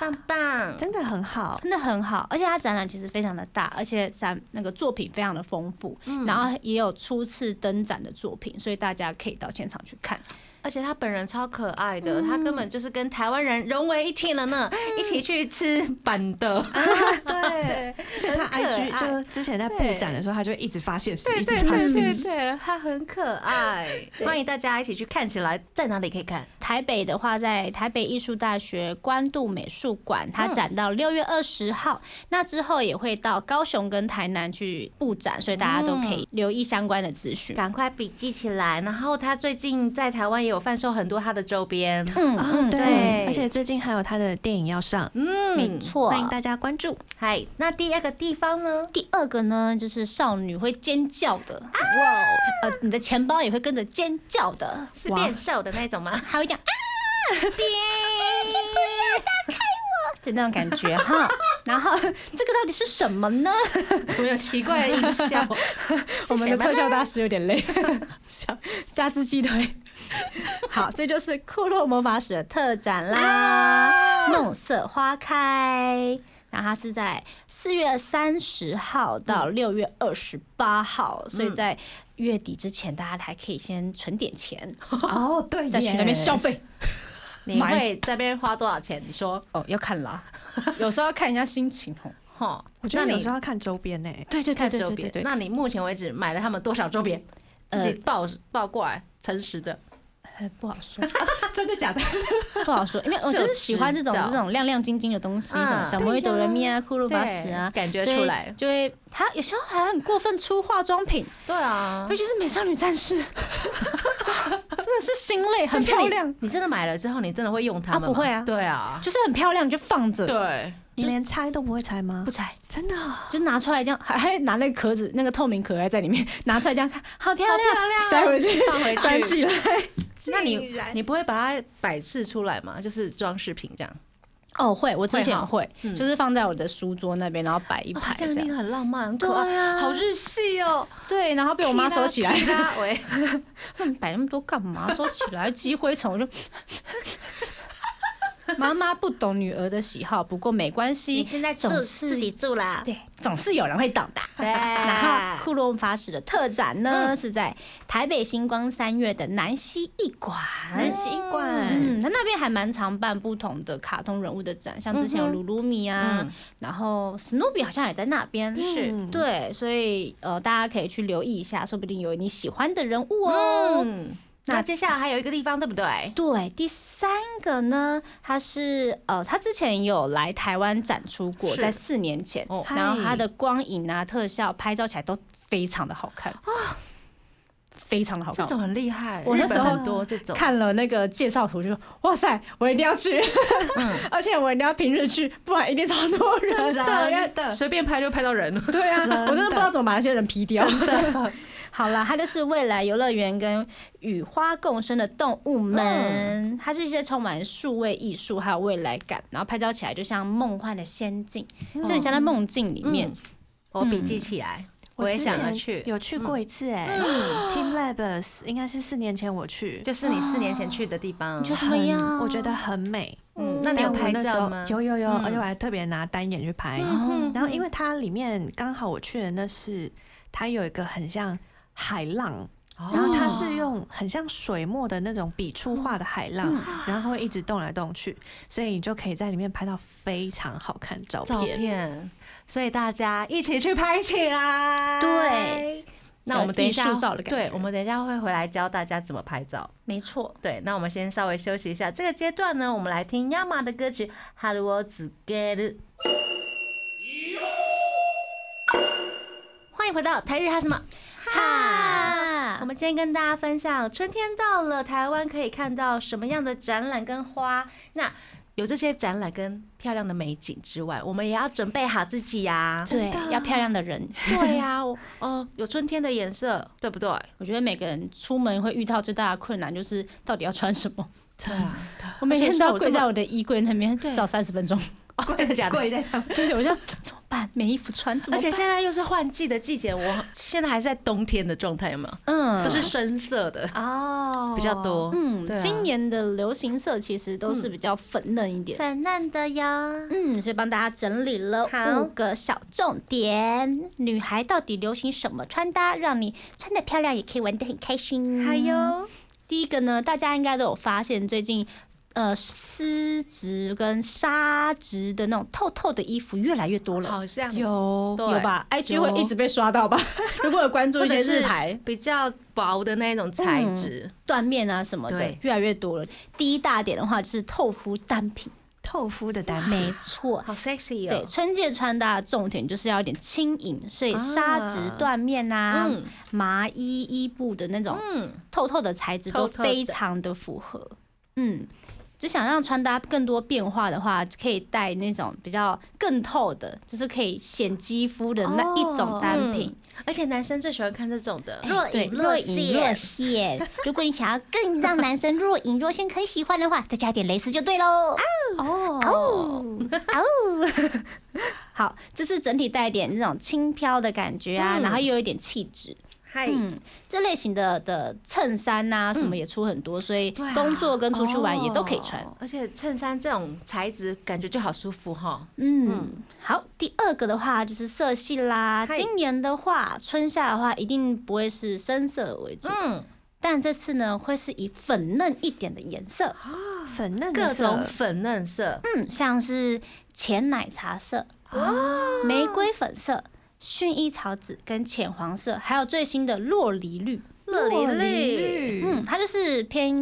棒棒，
真的很好，
真的很好，而且它展览其实非常的大，而且展那个作品非常的丰富，然后也有初次登展的作品，所以大家可以到现场去看。
而且他本人超可爱的，他根本就是跟台湾人融为一体了呢，一起去吃板的，
*laughs* 对，所以他
很可爱
IG 就之前在布展的时候，他就一直发现实，一直
对
发
对
现
对
实。
对，他很可爱，欢迎大家一起去看起来，在哪里可以看？
台北的话，在台北艺术大学关渡美术馆，它展到六月二十号，那之后也会到高雄跟台南去布展，所以大家都可以留意相关的资讯。
赶快笔记起来。然后他最近在台湾也有贩售很多他的周边，
嗯，
啊，
对
对，而且最近还有他的电影要上，
没
嗯，
错
欢。迎大家关注。
嗨，那第二个地方呢？
第二个呢，就是少女会尖叫的，哇、呃，你的钱包也会跟着尖叫的，
是变瘦的那种吗？ *laughs*
还会 *laughs* 讲啊，哎先不要打开 *laughs* 我，就那种感觉哈。然后这个到底是什么呢？
怎么有奇怪的音
*laughs*
效？
我们的特效大师有点累， *laughs*
笑
加之鸡腿。 *laughs* 好，这就是库洛魔法使的特展啦，梦色花开。然后它是在四月三十号到六月二十八号，所以在月底之前，大家还可以先存点钱，
*laughs* 哦，对耶，
再去那边消费。
你会这边花多少钱？你说，
哦，要看啦，有时候要看一下心情哦。
哈，
我觉得
那
有
你
时候要看周边欸呢，
*laughs* 对对
看周边。那你目前为止买了他们多少周边？自己报报过来，诚实的。
哎不好说，
真的假的？
不好说，因为我就是喜欢这种
就知道
这种亮亮晶晶的东西，
嗯
什么小魔女哆来咪啊、库鲁巴什啊，
*laughs* 对感觉出来
所以就会他有时候还很过分出化妆品，
对啊
尤其是美少女战士，真 *laughs* 的是心累，很漂亮，
你真的买了之后，你真的会用它们吗？
啊不会啊
对啊，
就是很漂亮，你就放
*laughs*
着
对，
你连拆都不会拆吗
不？拆，
真的哦，
就是拿出来这样，还还拿那个壳子，那个透明壳还在里面，拿出来这样看，好漂亮，塞回去， *laughs*
放 *laughs* 回
塞
去。
起来。
那
竟
你
然
你不会把它摆置出来吗？就是装饰品这样。
哦，会，我之前
会哈
会，
嗯哦
就是放在我的书桌那边，然后摆一排
这
这
样一啊
样
定。很浪漫，很可爱，好日系 *laughs* 哦。
对，然后被我妈收起来。
*laughs* 噼啦喂，
那你摆那么多干嘛？收起来积灰尘，我就妈妈不懂女儿的喜好，不过没关
你
系，
现在
总
住
是
自己住啦，
对，总是有人会懂的。
对，嗯
然后库洛法师的特展呢，是在台北星光三月的南溪艺馆。
嗯
南西馆，
嗯，他那边还蛮常办不同的卡通人物的展，像之前
嗯
有
哼
鲁鲁米啊，
嗯
然后史努比好像也在那边，
是
对，所以呃，大家可以去留意一下，说不定有你喜欢的人物哦。
嗯，
那
那接下来还有一个地方，对不对？
对，第三个呢，他是呃，他之前也有来台湾展出过，
是
在四年前，
哦
然后
嗨
他的光影啊、特效拍照起来都非常的好看啊，非常的好
这
看。
种很厉害，
我那
日本
时候
很多这种，
看了那个介绍图，就说哇塞，我一定要去， *laughs* 而且我一定要平日去，不然一定超多人。
真的，
啊随便拍就拍到人了。
对啊
真的，
我真的不知道怎么把那些人 P 掉。好啦，它就是未来游乐园跟与花共生的动物们，它是一些充满数位艺术还有未来感，然后拍照起来就像梦幻的仙境，就很像在梦境里面。
嗯我笔记起来，我也
之前
想要去。
有去过一次哎，Team Labs 应该是四年前我去，
就是你四年前去的地方，
就怎么样？
我觉得很美。
嗯，那你有
但我
拍
那时
照
候
吗？
有有有，
嗯
而且我还特别拿单眼去拍。
嗯
哦
然后因为它里面刚好我去的那是它有一个很像海浪，
哦，
然后它是用很像水墨的那种笔触画的海浪，
嗯
然后会一直动来动去，所以你就可以在里面拍到非常好看的照
照
片。
片，所以大家一起去拍起来。
对，
那我们等一
有
下
艺术照的，感觉
对，我们等一下会回来教大家怎么拍照。
没错，
对，那我们先稍微休息一下。这个阶段呢，我们来听 Yama 的歌曲《Hello z g e t 欢迎回到台日哈什么哈。我们今天跟大家分享，春天到了，台湾可以看到什么样的展览跟花？那有这些展览跟漂亮的美景之外，我们也要准备好自己呀、
对，要漂亮的人。 *laughs*
对呀、我哦，有春天的颜色，对不对？
我觉得每个人出门会遇到最大的困难就是到底要穿什么。
对啊，
*laughs* 我每天都要
而
跪
且像我这
在
么
我的衣柜那边
对
找三十分钟，
哦，真的假的？
跪在上
*laughs*
面，
对，我就 *laughs* 怎么办？没衣服穿，怎么
而且
办
现在又是换季的季节，我现在还是在冬天的状态，有没有？
嗯
都是深色的
哦，
比较多。
嗯
对，啊
今年的流行色其实都是比较粉嫩一点。
粉嫩的哟。
嗯，所以帮大家整理了
好
五个小重点，女孩到底流行什么穿搭，让你穿的漂亮，也可以玩的很开心。
还，有
第一个呢，大家应该都有发现，最近呃丝质跟纱质的那种透透的衣服越来越多了，
好像
有
对
嗯有？吧？IG
有
哎会一直被刷到吧？ *laughs* 如果有关注
或
一些
者
日
是
牌，
比较薄的那种材质，
缎面啊什么的
对，
越来越多了。第一大点的话就是透肤单品，
透肤的单
没
品，
错。
好 sexy
对，
哦。
春季穿搭的重点就是要有点轻盈，所以纱质
啊、
缎面啊、
嗯
麻衣、衣布的那种
嗯，
透透的材质
透
都
透的
非常的符合。嗯，就想让穿搭更多变化的话，可以带那种比较更透的，就是可以显肌肤的那一种单品。
而且男生最喜欢看这种的，
若隐若隐若现。如果你想要更让男生若隐若现、很喜欢的话，再加点蕾丝就对喽。
哦，
好，就是整体带一点那种轻飘的感觉啊，
嗯
然后又有一点气质。
嗨，
嗯，这类型的的衬衫呐、什么也出很多，所以
对啊哦
工作跟出去玩也都可以穿。
而且衬衫这种材质感觉就好舒服哈。
嗯，好，第二个的话就是色系啦。
嗨
今年的话，春夏的话一定不会是深色为主，
嗯，
但这次呢会是以粉嫩一点的颜色，
粉嫩的
各种
色
粉嫩色，
嗯，像是浅奶茶色、玫瑰粉色、薰衣草紫跟浅黄色，还有最新的洛梨绿。
乐
洛
龄绿，
梨绿，
嗯，它就是偏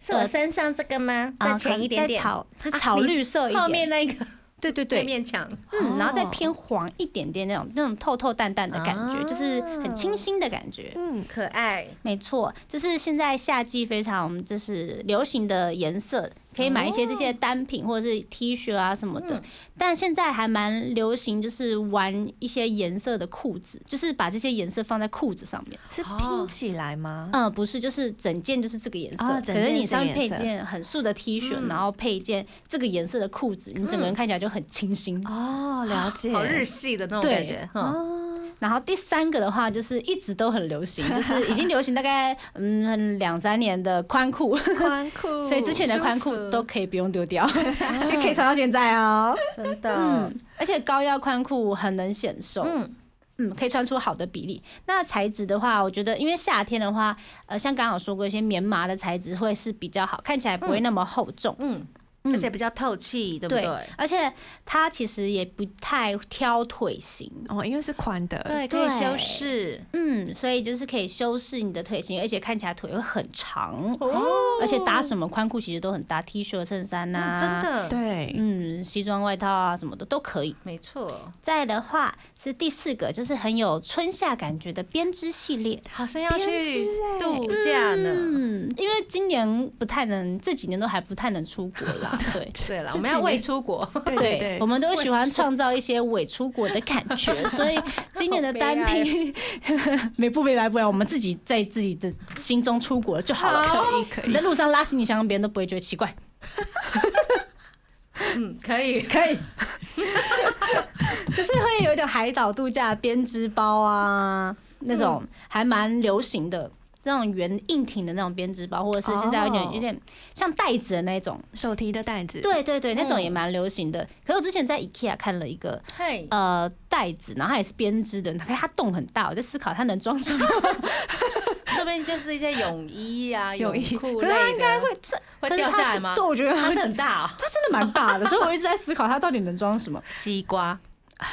是
嗯
我身上这个吗？再
啊
浅一点点
再，草是草绿色一点，
啊后面那个
对对
对
对，
面墙，
嗯，然后
哦
再偏黄一点点那种那种透透淡淡的感觉，就是
啊
很清新的感觉。
嗯，
可爱。
没错，就是现在夏季非常就是流行的颜色，可以买一些这
哦
些单品或者是 T 恤啊什么的。
嗯
但现在还蛮流行，就是玩一些颜色的裤子，就是把这些颜色放在裤子上面。
是
哦
拼起来吗？
嗯，不是，就是整件就是这个颜色，
啊
可
整
能
件
你
是
上面
这个
配一
颜色
件很素的 T 恤，
嗯
然后配一件这个颜色的
嗯
裤子，你整个人看起来就很清新。
哦，了解，
好日系的那种
对
感觉，嗯，
哦，
然后第三个的话就是一直都很流行，就是已经流行大概 *laughs* 嗯两三年的宽裤，
哦
宽裤，
*laughs* 所以之前的宽裤都可以不用丢
*laughs*
掉，就可以穿到现在哦。
真的，
嗯，而且高腰宽裤很能显瘦，
嗯
嗯，可以穿出好的比例。那材质的话，我觉得因为夏天的话，呃，像刚刚有说过，一些棉麻的材质会是比较好，看起来不会那么厚重，
嗯，
嗯
而且比较透气，对不
对
对？
而且它其实也不太挑腿型，
哦，因为是宽的，
对，可
对
以修饰，
嗯，所以就是可以修饰你的腿型，而且看起来腿会很长，
哦
而且搭什么宽裤其实都很搭，T 恤、衬衫呐、
嗯真。的，
对，
嗯，西装外套啊什么的都可以。
没错，
再的话是第四个，就是很有春夏感觉的编织系列。
好像要
编
去
织
欸
哎
度假呢。
嗯，因为今年不太能，这几年都还不太能出国啦。对。
对了，
这
我们
几
要为
年
出国， *laughs*
对对对
我，们都喜欢创造一些伪出国的感 *laughs* 觉，所以今年的单品 *laughs* 没不没来不然我们自己在自己的心中出国就好了。
可以可
你
以
在，路上拉行李箱，别人都不会觉得奇怪。
嗯，可
*laughs*
以，
可以，就是会有一点海岛度假编织包啊，那种还蛮流行的。那种圆硬挺的那种编织包，或者是现在有点、
哦
有点像袋子的那种，
手提的袋子，
对对对，那种
嗯
也蛮流行的。可是我之前在 IKEA 看了一个
嘿，
呃袋子，然后它也是编织的，可是它洞很大，我在思考它能装什么。
说不定就是一些泳衣啊、泳
泳衣
裤
可是
类的，
它应该会这，
会
可是
掉下
它
来
是 *laughs*
吗？
对，我觉得
它
它
是很大、哦，
它真的蛮
*laughs*
大的，所以我一直在思考它到底能装什么。
西瓜，
哇，好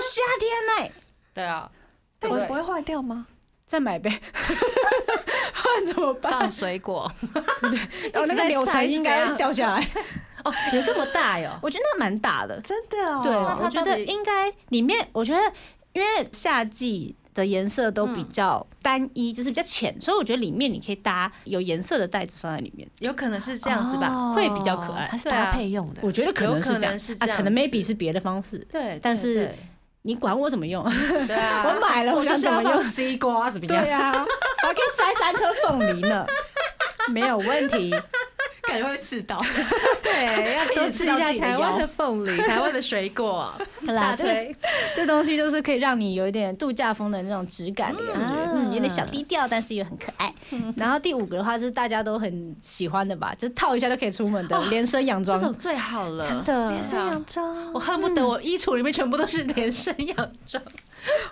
夏天呢、
对
*laughs*
啊，
袋
对
子
不
不
对
会坏掉吗？
再买 *laughs* 呗，不然怎么办
放？水果，
然后那个柳橙应该会掉下 *laughs* 来。
哦，有这么大哟，
我觉得那蛮大的，
真的哦，
对，
那它
我觉
到
得
底
应该里面，我觉得因为夏季的颜色都
嗯
比较单一，就是比较浅，所以我觉得里面你可以搭有颜色的袋子放在里面，
有可能是这样子吧？
哦
会比较可爱
它是
对啊
搭配用的，
我觉得可能是这
有可
样，
能是这
啊，
样
可能
子
maybe 是别的方式，
对，
但
对
是你管我怎么用，
对对啊，
*laughs* 我买了，
我
我
就
想
是
怎
要
么用 *laughs*
放？西瓜怎么样？
对啊，
我还可以塞三颗凤梨
*laughs*
呢，没有问题。
感觉会刺到，
对， *laughs* 要多吃一下台湾的凤 *laughs* 梨、台湾的水果，
好
大
啦，这个
推。
这东西就是可以让你有一点度假风的那种质感的感觉，
嗯
嗯，有点小低调，但是也很可爱。
嗯
然后第五个的话是大家都很喜欢的吧，就是套一下就可以出门的连身洋
哦这
装，
种最好了，
真。的
连。身洋装
我，恨不得我衣橱里面全部都是连身洋 *laughs* 装，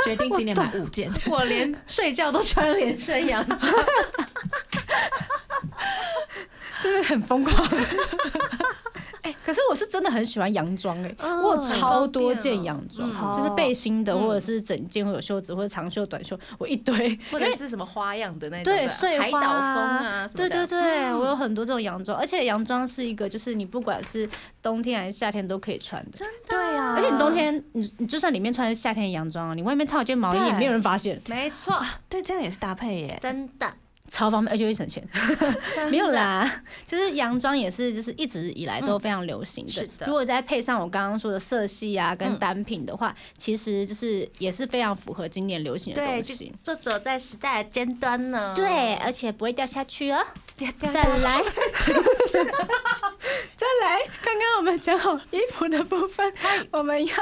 决定今年买五件，
我连睡觉都穿连身洋装，
真的很疯狂。 *laughs* 哎可是我是真的很喜欢洋装哎、我有超多件洋装，
嗯很
方便哦
就是背心的，
嗯
或者是整件会有袖子，或者长袖、短袖，我一堆。
或者是什么花样的哎那种的，
对，碎
海岛
花
风啊，什么
对
的
对对，我有很多这种洋装，而且洋装是一个，就是你不管是冬天还是夏天都可以穿的。
对啊，
而且你冬天，你你就算里面穿的是夏天的洋装啊，你外面套一件毛衣
对
也没有人发现，
没错，
对这样也是搭配耶，
真的
超方便，而且会省钱。没有啦，就是洋装也是，就是一直以来都非常流行的。
嗯是的
如果再配上我刚刚说的色系啊，跟
嗯
单品的话，其实就是也是非常符合今年流行的
对，
东
就
西。
就走在时代的尖端呢。
嗯
对，而且不会掉下去哦。
掉，掉
再
下来
来，
再来，刚刚我们讲好衣服的部分，我们要出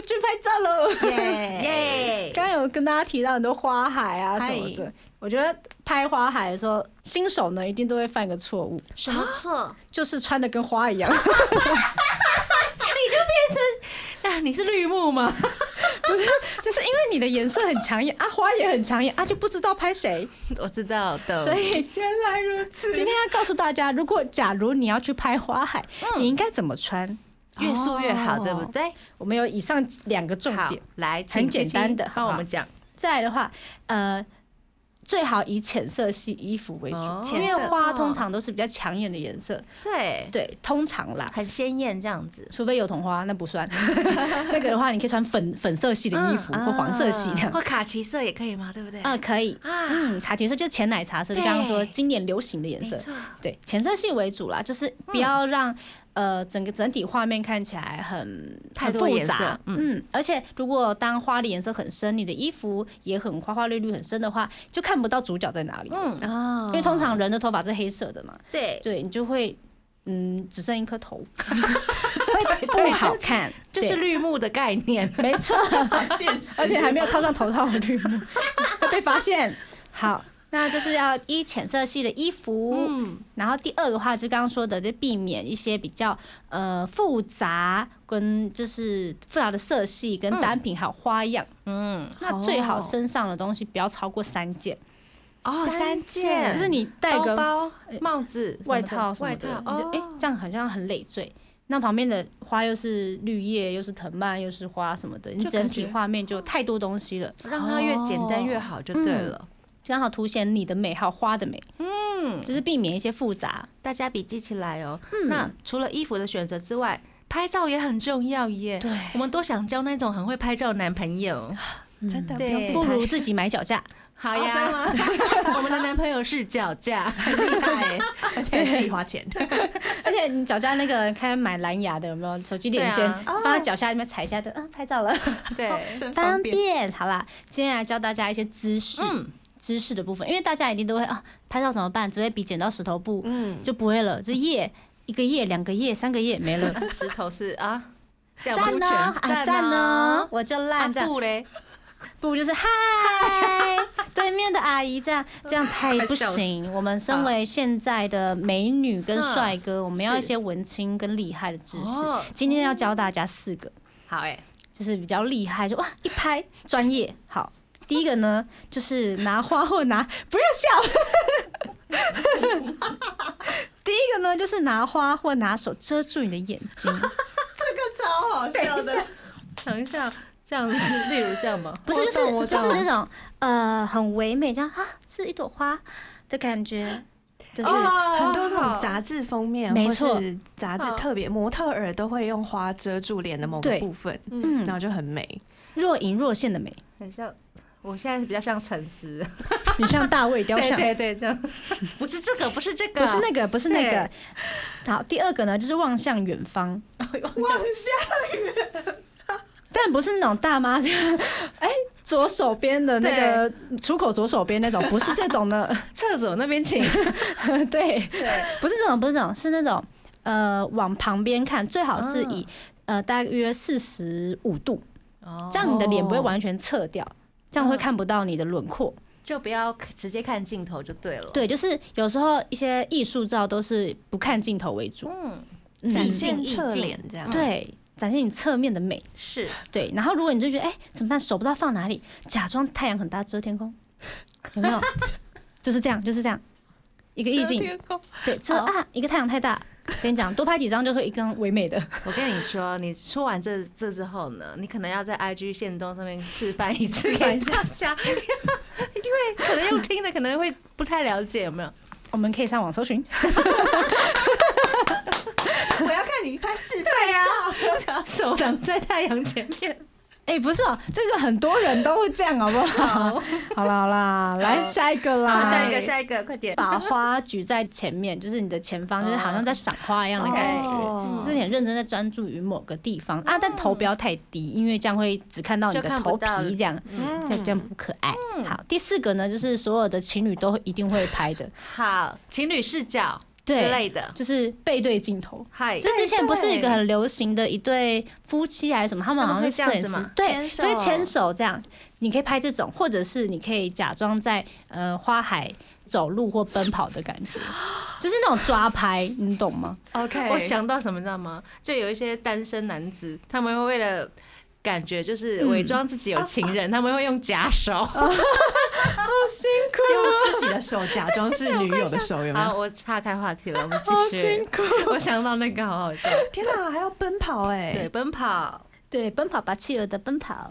去拍照喽。
耶，
刚刚有跟大家提到很多花海啊什么的，我觉得拍花海的时候，新手呢一定都会犯一个错误，
什么错？
就是穿的跟花一样，
啊，你是绿幕吗？
就是因为你的颜色很抢眼啊，花也很抢眼啊，就不知道拍谁。
我知道的，
所以
原来如此
今天要告诉大家，如果假如你要去拍花海，你应该怎么穿？
越素越好，
哦
对不对？
我们有以上两个重
好
点。，
来，
很
请
简
七七
单的好
帮
不
我
好
们讲。
再来的话，呃，最好以浅色系衣服为主，
哦
因为
浅色
花通常都是比较抢眼的颜色。
对，
对，通常啦，
很鲜艳这样子，
除非有童花，那不算。 *laughs* 那个的话，你可以穿粉粉色系的衣服、
嗯
或黄色系这样。
或卡其色也可以嘛，对不对？
嗯，可以。
啊，
嗯，卡其色就是浅奶茶色，就刚刚说
对
经典流行的颜
没
色。
错，
对，浅色系为主啦，就是
嗯
不要让、呃整个整体画面看起来很
太
很
多
复
颜色
杂，
嗯
嗯而且如果当花的颜色很深，你的衣服也很花花绿绿很深的话，就看不到主角在哪里，
嗯，
啊，
因为通常人的头发是黑色的嘛，
对，
对你就会嗯，只剩一颗
*laughs*
头，
会
不好看，
*laughs* 就是绿幕的概 *laughs*
*laughs*
念。
没错，而且还没有套上头套的绿 *laughs* 幕，会被发现。好，那就是要衣浅色系的衣服。嗯，然后第二个话就是刚刚说的，就避免一些比较呃复杂跟就是复杂的色系跟单品还有花样。嗯，那最好身上的东西不要超过三件，
哦，三
就
件，
是你戴个
包包、帽子、
外套什么
外
的
套，，
你就哎、
哦
这样好像很累赘。那旁边的花又是绿叶，又是藤蔓，又是花什么的，你
就感
整体
觉
画面就太多东西了，
让它越简单越好就对了。
刚好凸显你的美，还有花的美。嗯，就是避免一些复杂。
大家笔记起来哦。那除了衣服的选择之外，拍照也很重要耶。
对，
我们都想交那种很会拍照的男朋 *laughs* 友。
真嗯的不
对
用自己
不
拍，
如自己买脚架。
好
哦真的
呀，
吗？
*laughs* 我们的男朋友是脚架，
很厉害欸，而且还自己花钱，
*laughs* 而且你脚架那个看买蓝牙的有没有手机连
对
线，
啊
放在脚下里面踩一下的，嗯，拍照了，
*laughs* 对，
真
*laughs* 方
方便。
便。好啦，接下来教大家一些姿势，
嗯，
姿势的部分，因为大家一定都会啊，拍照怎么办？只会比剪刀石头布，
嗯，
就不会了。这叶一个叶、两个叶、三个叶没 *laughs* 了。
那嗯石头是啊，这样
赞
出
呢，
拳，
啊赞呢，，我就
哦啊
烂这样，
不嘞，
不就是
*laughs*
嗨，对面的阿姨这样，这样太不
笑死
行。我们身为现在的美女跟
嗯
帅哥，我们要一
是
些文青跟厉害的知识
哦。
今天要教大家四个，
好哎，
就是比较厉害，就
*laughs*
哇一拍专业。好，第一个呢，就是拿花或拿，不要
*laughs*
笑。 *laughs* 第一个呢，就是拿花或拿手遮住你的眼睛，
这个超好笑的，
等一下，这样子，例如这样吗？
不是就是就是那种呃很唯美，这样啊是一朵花的感觉，
哦
就是、
很多那种杂志封面，
没
或
错
是杂志特别模特儿都会用花遮住脸的某个
对
部分，然
嗯
后就很美。
若隐若现的美，
很像，我现在比较像沉思，
你像大卫雕
对
像。
对对，这样， *laughs* 不是这个，不是这个，
不是那个，不是那个。好，第二个呢，就是望向远方， *laughs*
望下
但不是那种大妈，哎，左手边的那个出口左手边那种，不是这种的，
厕所那边 *laughs* 请，
对，不是这种，不是这种，是那种呃往旁边看，最好是以、呃大约四十五度，
哦
这样你的脸不会完全侧掉，这
嗯
样会看不到你的轮廓。
就不要直接看镜头就对了。
对，就是有时候一些艺术照都是不看镜头为主，
嗯，
嗯
展现嗯
镜
意
侧
境
脸这样，
对。展现你侧面的美，
是
对。然后如果你就觉得哎、怎么办，手不知道放哪里，假装太阳很大遮天空，有没有？ *laughs* 就是这样，就是这样，一
一
个意境，
天空
对，遮
哦
啊，一个太阳太大，跟你讲，多拍几张就会一张唯美的。
我跟你说，你说完这这之后呢，你可能要在 IG 线动上面示范一次 *laughs* 给大家，因为可能用听的可能会不太了解，有没有？ *laughs*
我们可以上网搜寻，
我要看你拍示范照。
手挡在太阳前面，
哎、不是哦，这个很多人都会这样，好不好？ *laughs* 好啦好啦，来下一个啦，
*laughs* 好，下一个，下一个，快点！
把花举在前面，就是你的前方，就是好像在赏花一样的感觉。
哦
就是你很认真在专注于某个地方
嗯
啊，但头不要太低，因为这样会只看到你的
就看
头
不
皮
到嗯
这样，
嗯
这样这样不可爱。好，第四个呢，就是所有的情侣都一定会拍的，
好，情侣视角之
对
类的，
就是背对镜头。
嗨，
就之前不是一个很流行的一对夫妻还是什么，他们好像是摄影
他
师
们，
对，
牵手
所以牵手这样，你可以拍这种，或者是你可以假装在呃花海走路或奔跑的感觉，就是那种抓拍，你懂吗？
OK，
我
*laughs*
想到什么，你知道吗？就有一些单身男子，他们会为了感觉
嗯
就是伪装自己有情
*laughs*
人，他们会用假手。
哦
用自己的手假装是女友的手，有没
好，
有？
啊我岔开话题了，我们继续。我想到那个好好笑，
天哪，还要奔跑哎！
对，，奔跑，
*laughs* 对，奔跑吧，企鹅的奔跑，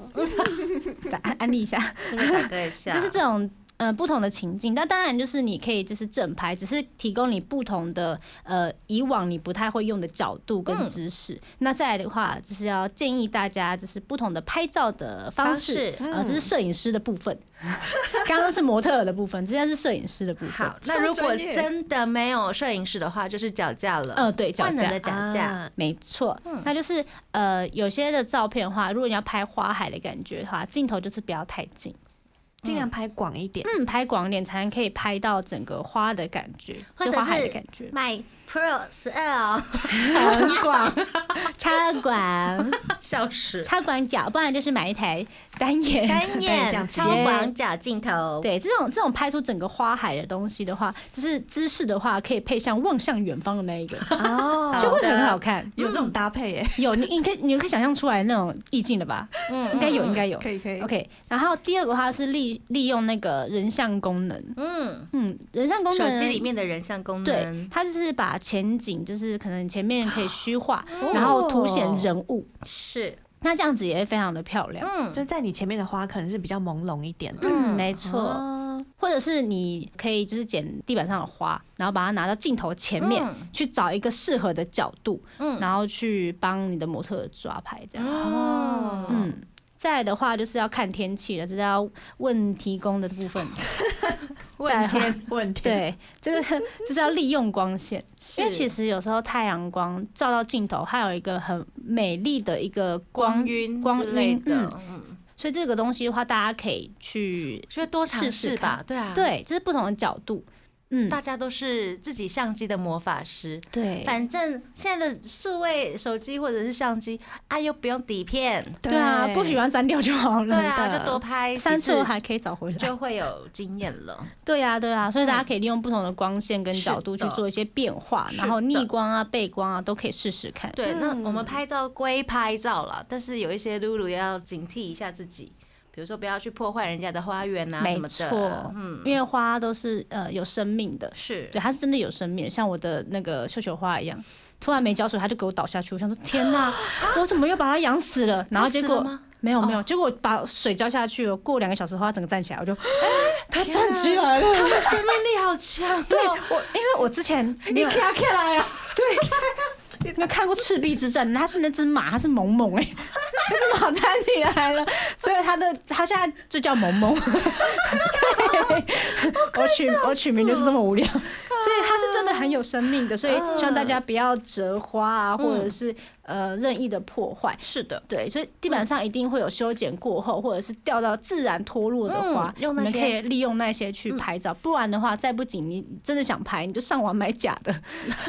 打 *laughs* 安利一下，
顺便打嗝一下，
就是这种。呃，不同的情境，但当然就是你可以就是正拍，只是提供你不同的呃以往你不太会用的角度跟
嗯
知识。那再来的话，就是要建议大家就是不同的拍照的方
方
式，
式
呃，这是摄影师的部分， *laughs* 刚刚是模特儿的部分，这在是摄影师的部分 *laughs*
好。。那如
超
果
专业
真的没有摄影师的话，就是脚架了。
呃，对，脚
万能
架
的嗯脚架，
啊
没错，那就是呃，有些的照片的话，如果你要拍花海的感觉的话，镜头就是不要太近，
尽量拍广一
*laughs*
点。
嗯，拍广一点才能可以拍到整个花的感觉，
或
就
者
花海的
是。
感觉
买 Pro 十二哦，
很 *laughs* 广，
插管
*laughs* 笑死。
插管脚，不然就是买一台单眼。
单
像
眼
直
超
接
广角镜头，
对这种这种拍出整个花海的东西的话，就是姿势的话，可以配上望向远方的那一个，
哦
就会很好看。
有这种搭配欸耶，
有你，你可以你可以想象出来那种意境的吧？
嗯
应该有，应该有。
以可以
OK，然后第二个话是利利用那个人像功能，
嗯，
嗯，人像功能
手机里面的人像功
对
能，，
它就是把前景就是可能前面可以虚化，
哦
然后凸显人物，
哦是
那这样子也会非常的漂亮。
嗯
就在你前面的花可能是比较朦胧一点的。
嗯，没错，
哦，
或者是你可以就是捡地板上的花，然后把它拿到镜头前面，去找一个适合的角度，
嗯
然后去帮你的模特抓拍这样。
哦，
嗯，再来的话就是要看天气了，这是要问提供的
*laughs*
部分。
问
再来
天
的话，
问题。
对，这个 *laughs* 就是要利用光线，因为
是
其实有时候太阳光照到镜头，还有一个很美丽的一个
光
光，
晕
嗯光
之类
晕
的
嗯，
嗯，
所以这个东西的话，大家可以去
所以多尝
试试
试吧，
看
对啊，，
对，就是不同的角度。嗯，
大家都是自己相机的魔法师，
对
反正现在的数位手机或者是相机，啊又不用底片，
对啊，不喜欢删掉就好
对
了。
啊，
的
就多拍
删
几次
错还可以找回来。
就会有经验
*laughs*
了。
对呀、对呀、所以大家可以利用不同的光线跟
是
角度去
的
做一些变化，
是
然后逆
的
光啊、背光啊都可以试试看。
对，那我
嗯
们拍照归拍照啦，但是有一些露露要警惕一下自己，比如说不要去破坏人家的花园啊
没
什么
错
的。嗯，
因为花都是呃有生命的，
是
对，它是真的有生命的，像我的那个绣球花一样，突然没浇水，它就给我倒下去。我想说，
*laughs*
天哪，我怎么又把它养死了？然后结
它死了
果
吗哦
没有没有，结果我把水浇下去了，过两个小时后它整个站起来，
*gasps*
我就它站起来了。
他们生命力好强，
*laughs* 对我，因为我之前
你看起来啊，
那看过《赤壁之战》，它是那只马，它是萌萌哎、那只马站起来了，所以它的它现在就叫萌萌。对我取我取名就是这么无聊，所以它是真的很有生命的，所以希望大家不要折花啊，或者是呃任意的破坏。
是的，
对，所以地
嗯
板上一定会有修剪过后，或者是掉到自然脱落的花，
嗯用那
你们
些嗯
可以利用那些去拍照。不然的话，再不紧，你真的想
*laughs*
拍，你就上网买假的，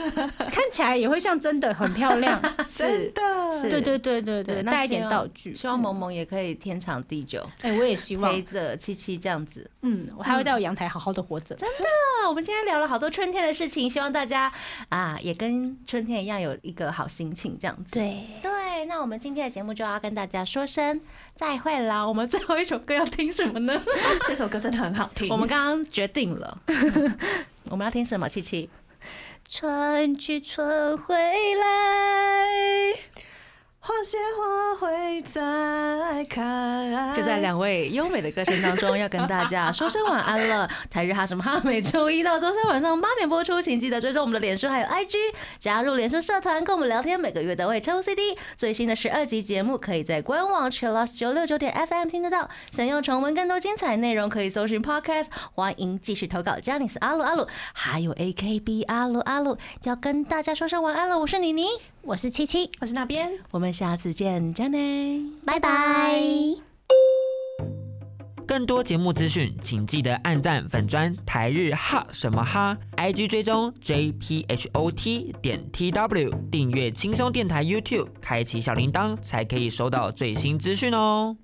*laughs* 看起来也会像真的，很漂亮。
是的
对对对对
*laughs* 对，
对，
那
带一
希
点
望
道具。
希望萌萌也可以天长地久，
哎、我也希望
陪，着七七这样子。
嗯，我还会在我阳台好好的活着。
那啊我们今天聊了好多春天的事情，希望大家啊也跟春天一样有一个好心情，这样子。
对，
对，那我们今天的节目就要跟大家说声再会啦。我们最后一首歌要听什么呢？
*laughs* 这首歌真的很好听。
*laughs* 我们刚刚决定了， *laughs* 我们要听什么？七七，
春去春回来，
花谢花会再开，
就在两位优美的歌声当中，要跟大家说声晚安了。台日哈什么哈，每周一到周三晚上八点播出，请记得追踪我们的脸书还有 IG，加入脸书社团跟我们聊天，每个月都会抽 CD。最新的十二集节目可以在官网 chillus 九六九点 FM 听得到。想要重温更多精彩内容，可以搜寻 Podcast。欢迎继续投稿 j a n i c e 阿鲁阿鲁，还有 AKB 阿鲁阿鲁，要跟大家说声晚安了。我是妮妮，
我是七七，
我是那边。
我们下次见 j a n i
拜拜。
更多节目资讯，请记得按赞粉砖台日哈什么哈，IG 追踪 JPHOT 点 TW，订阅轻松电台 YouTube，开启小铃铛才可以收到最新资讯哦。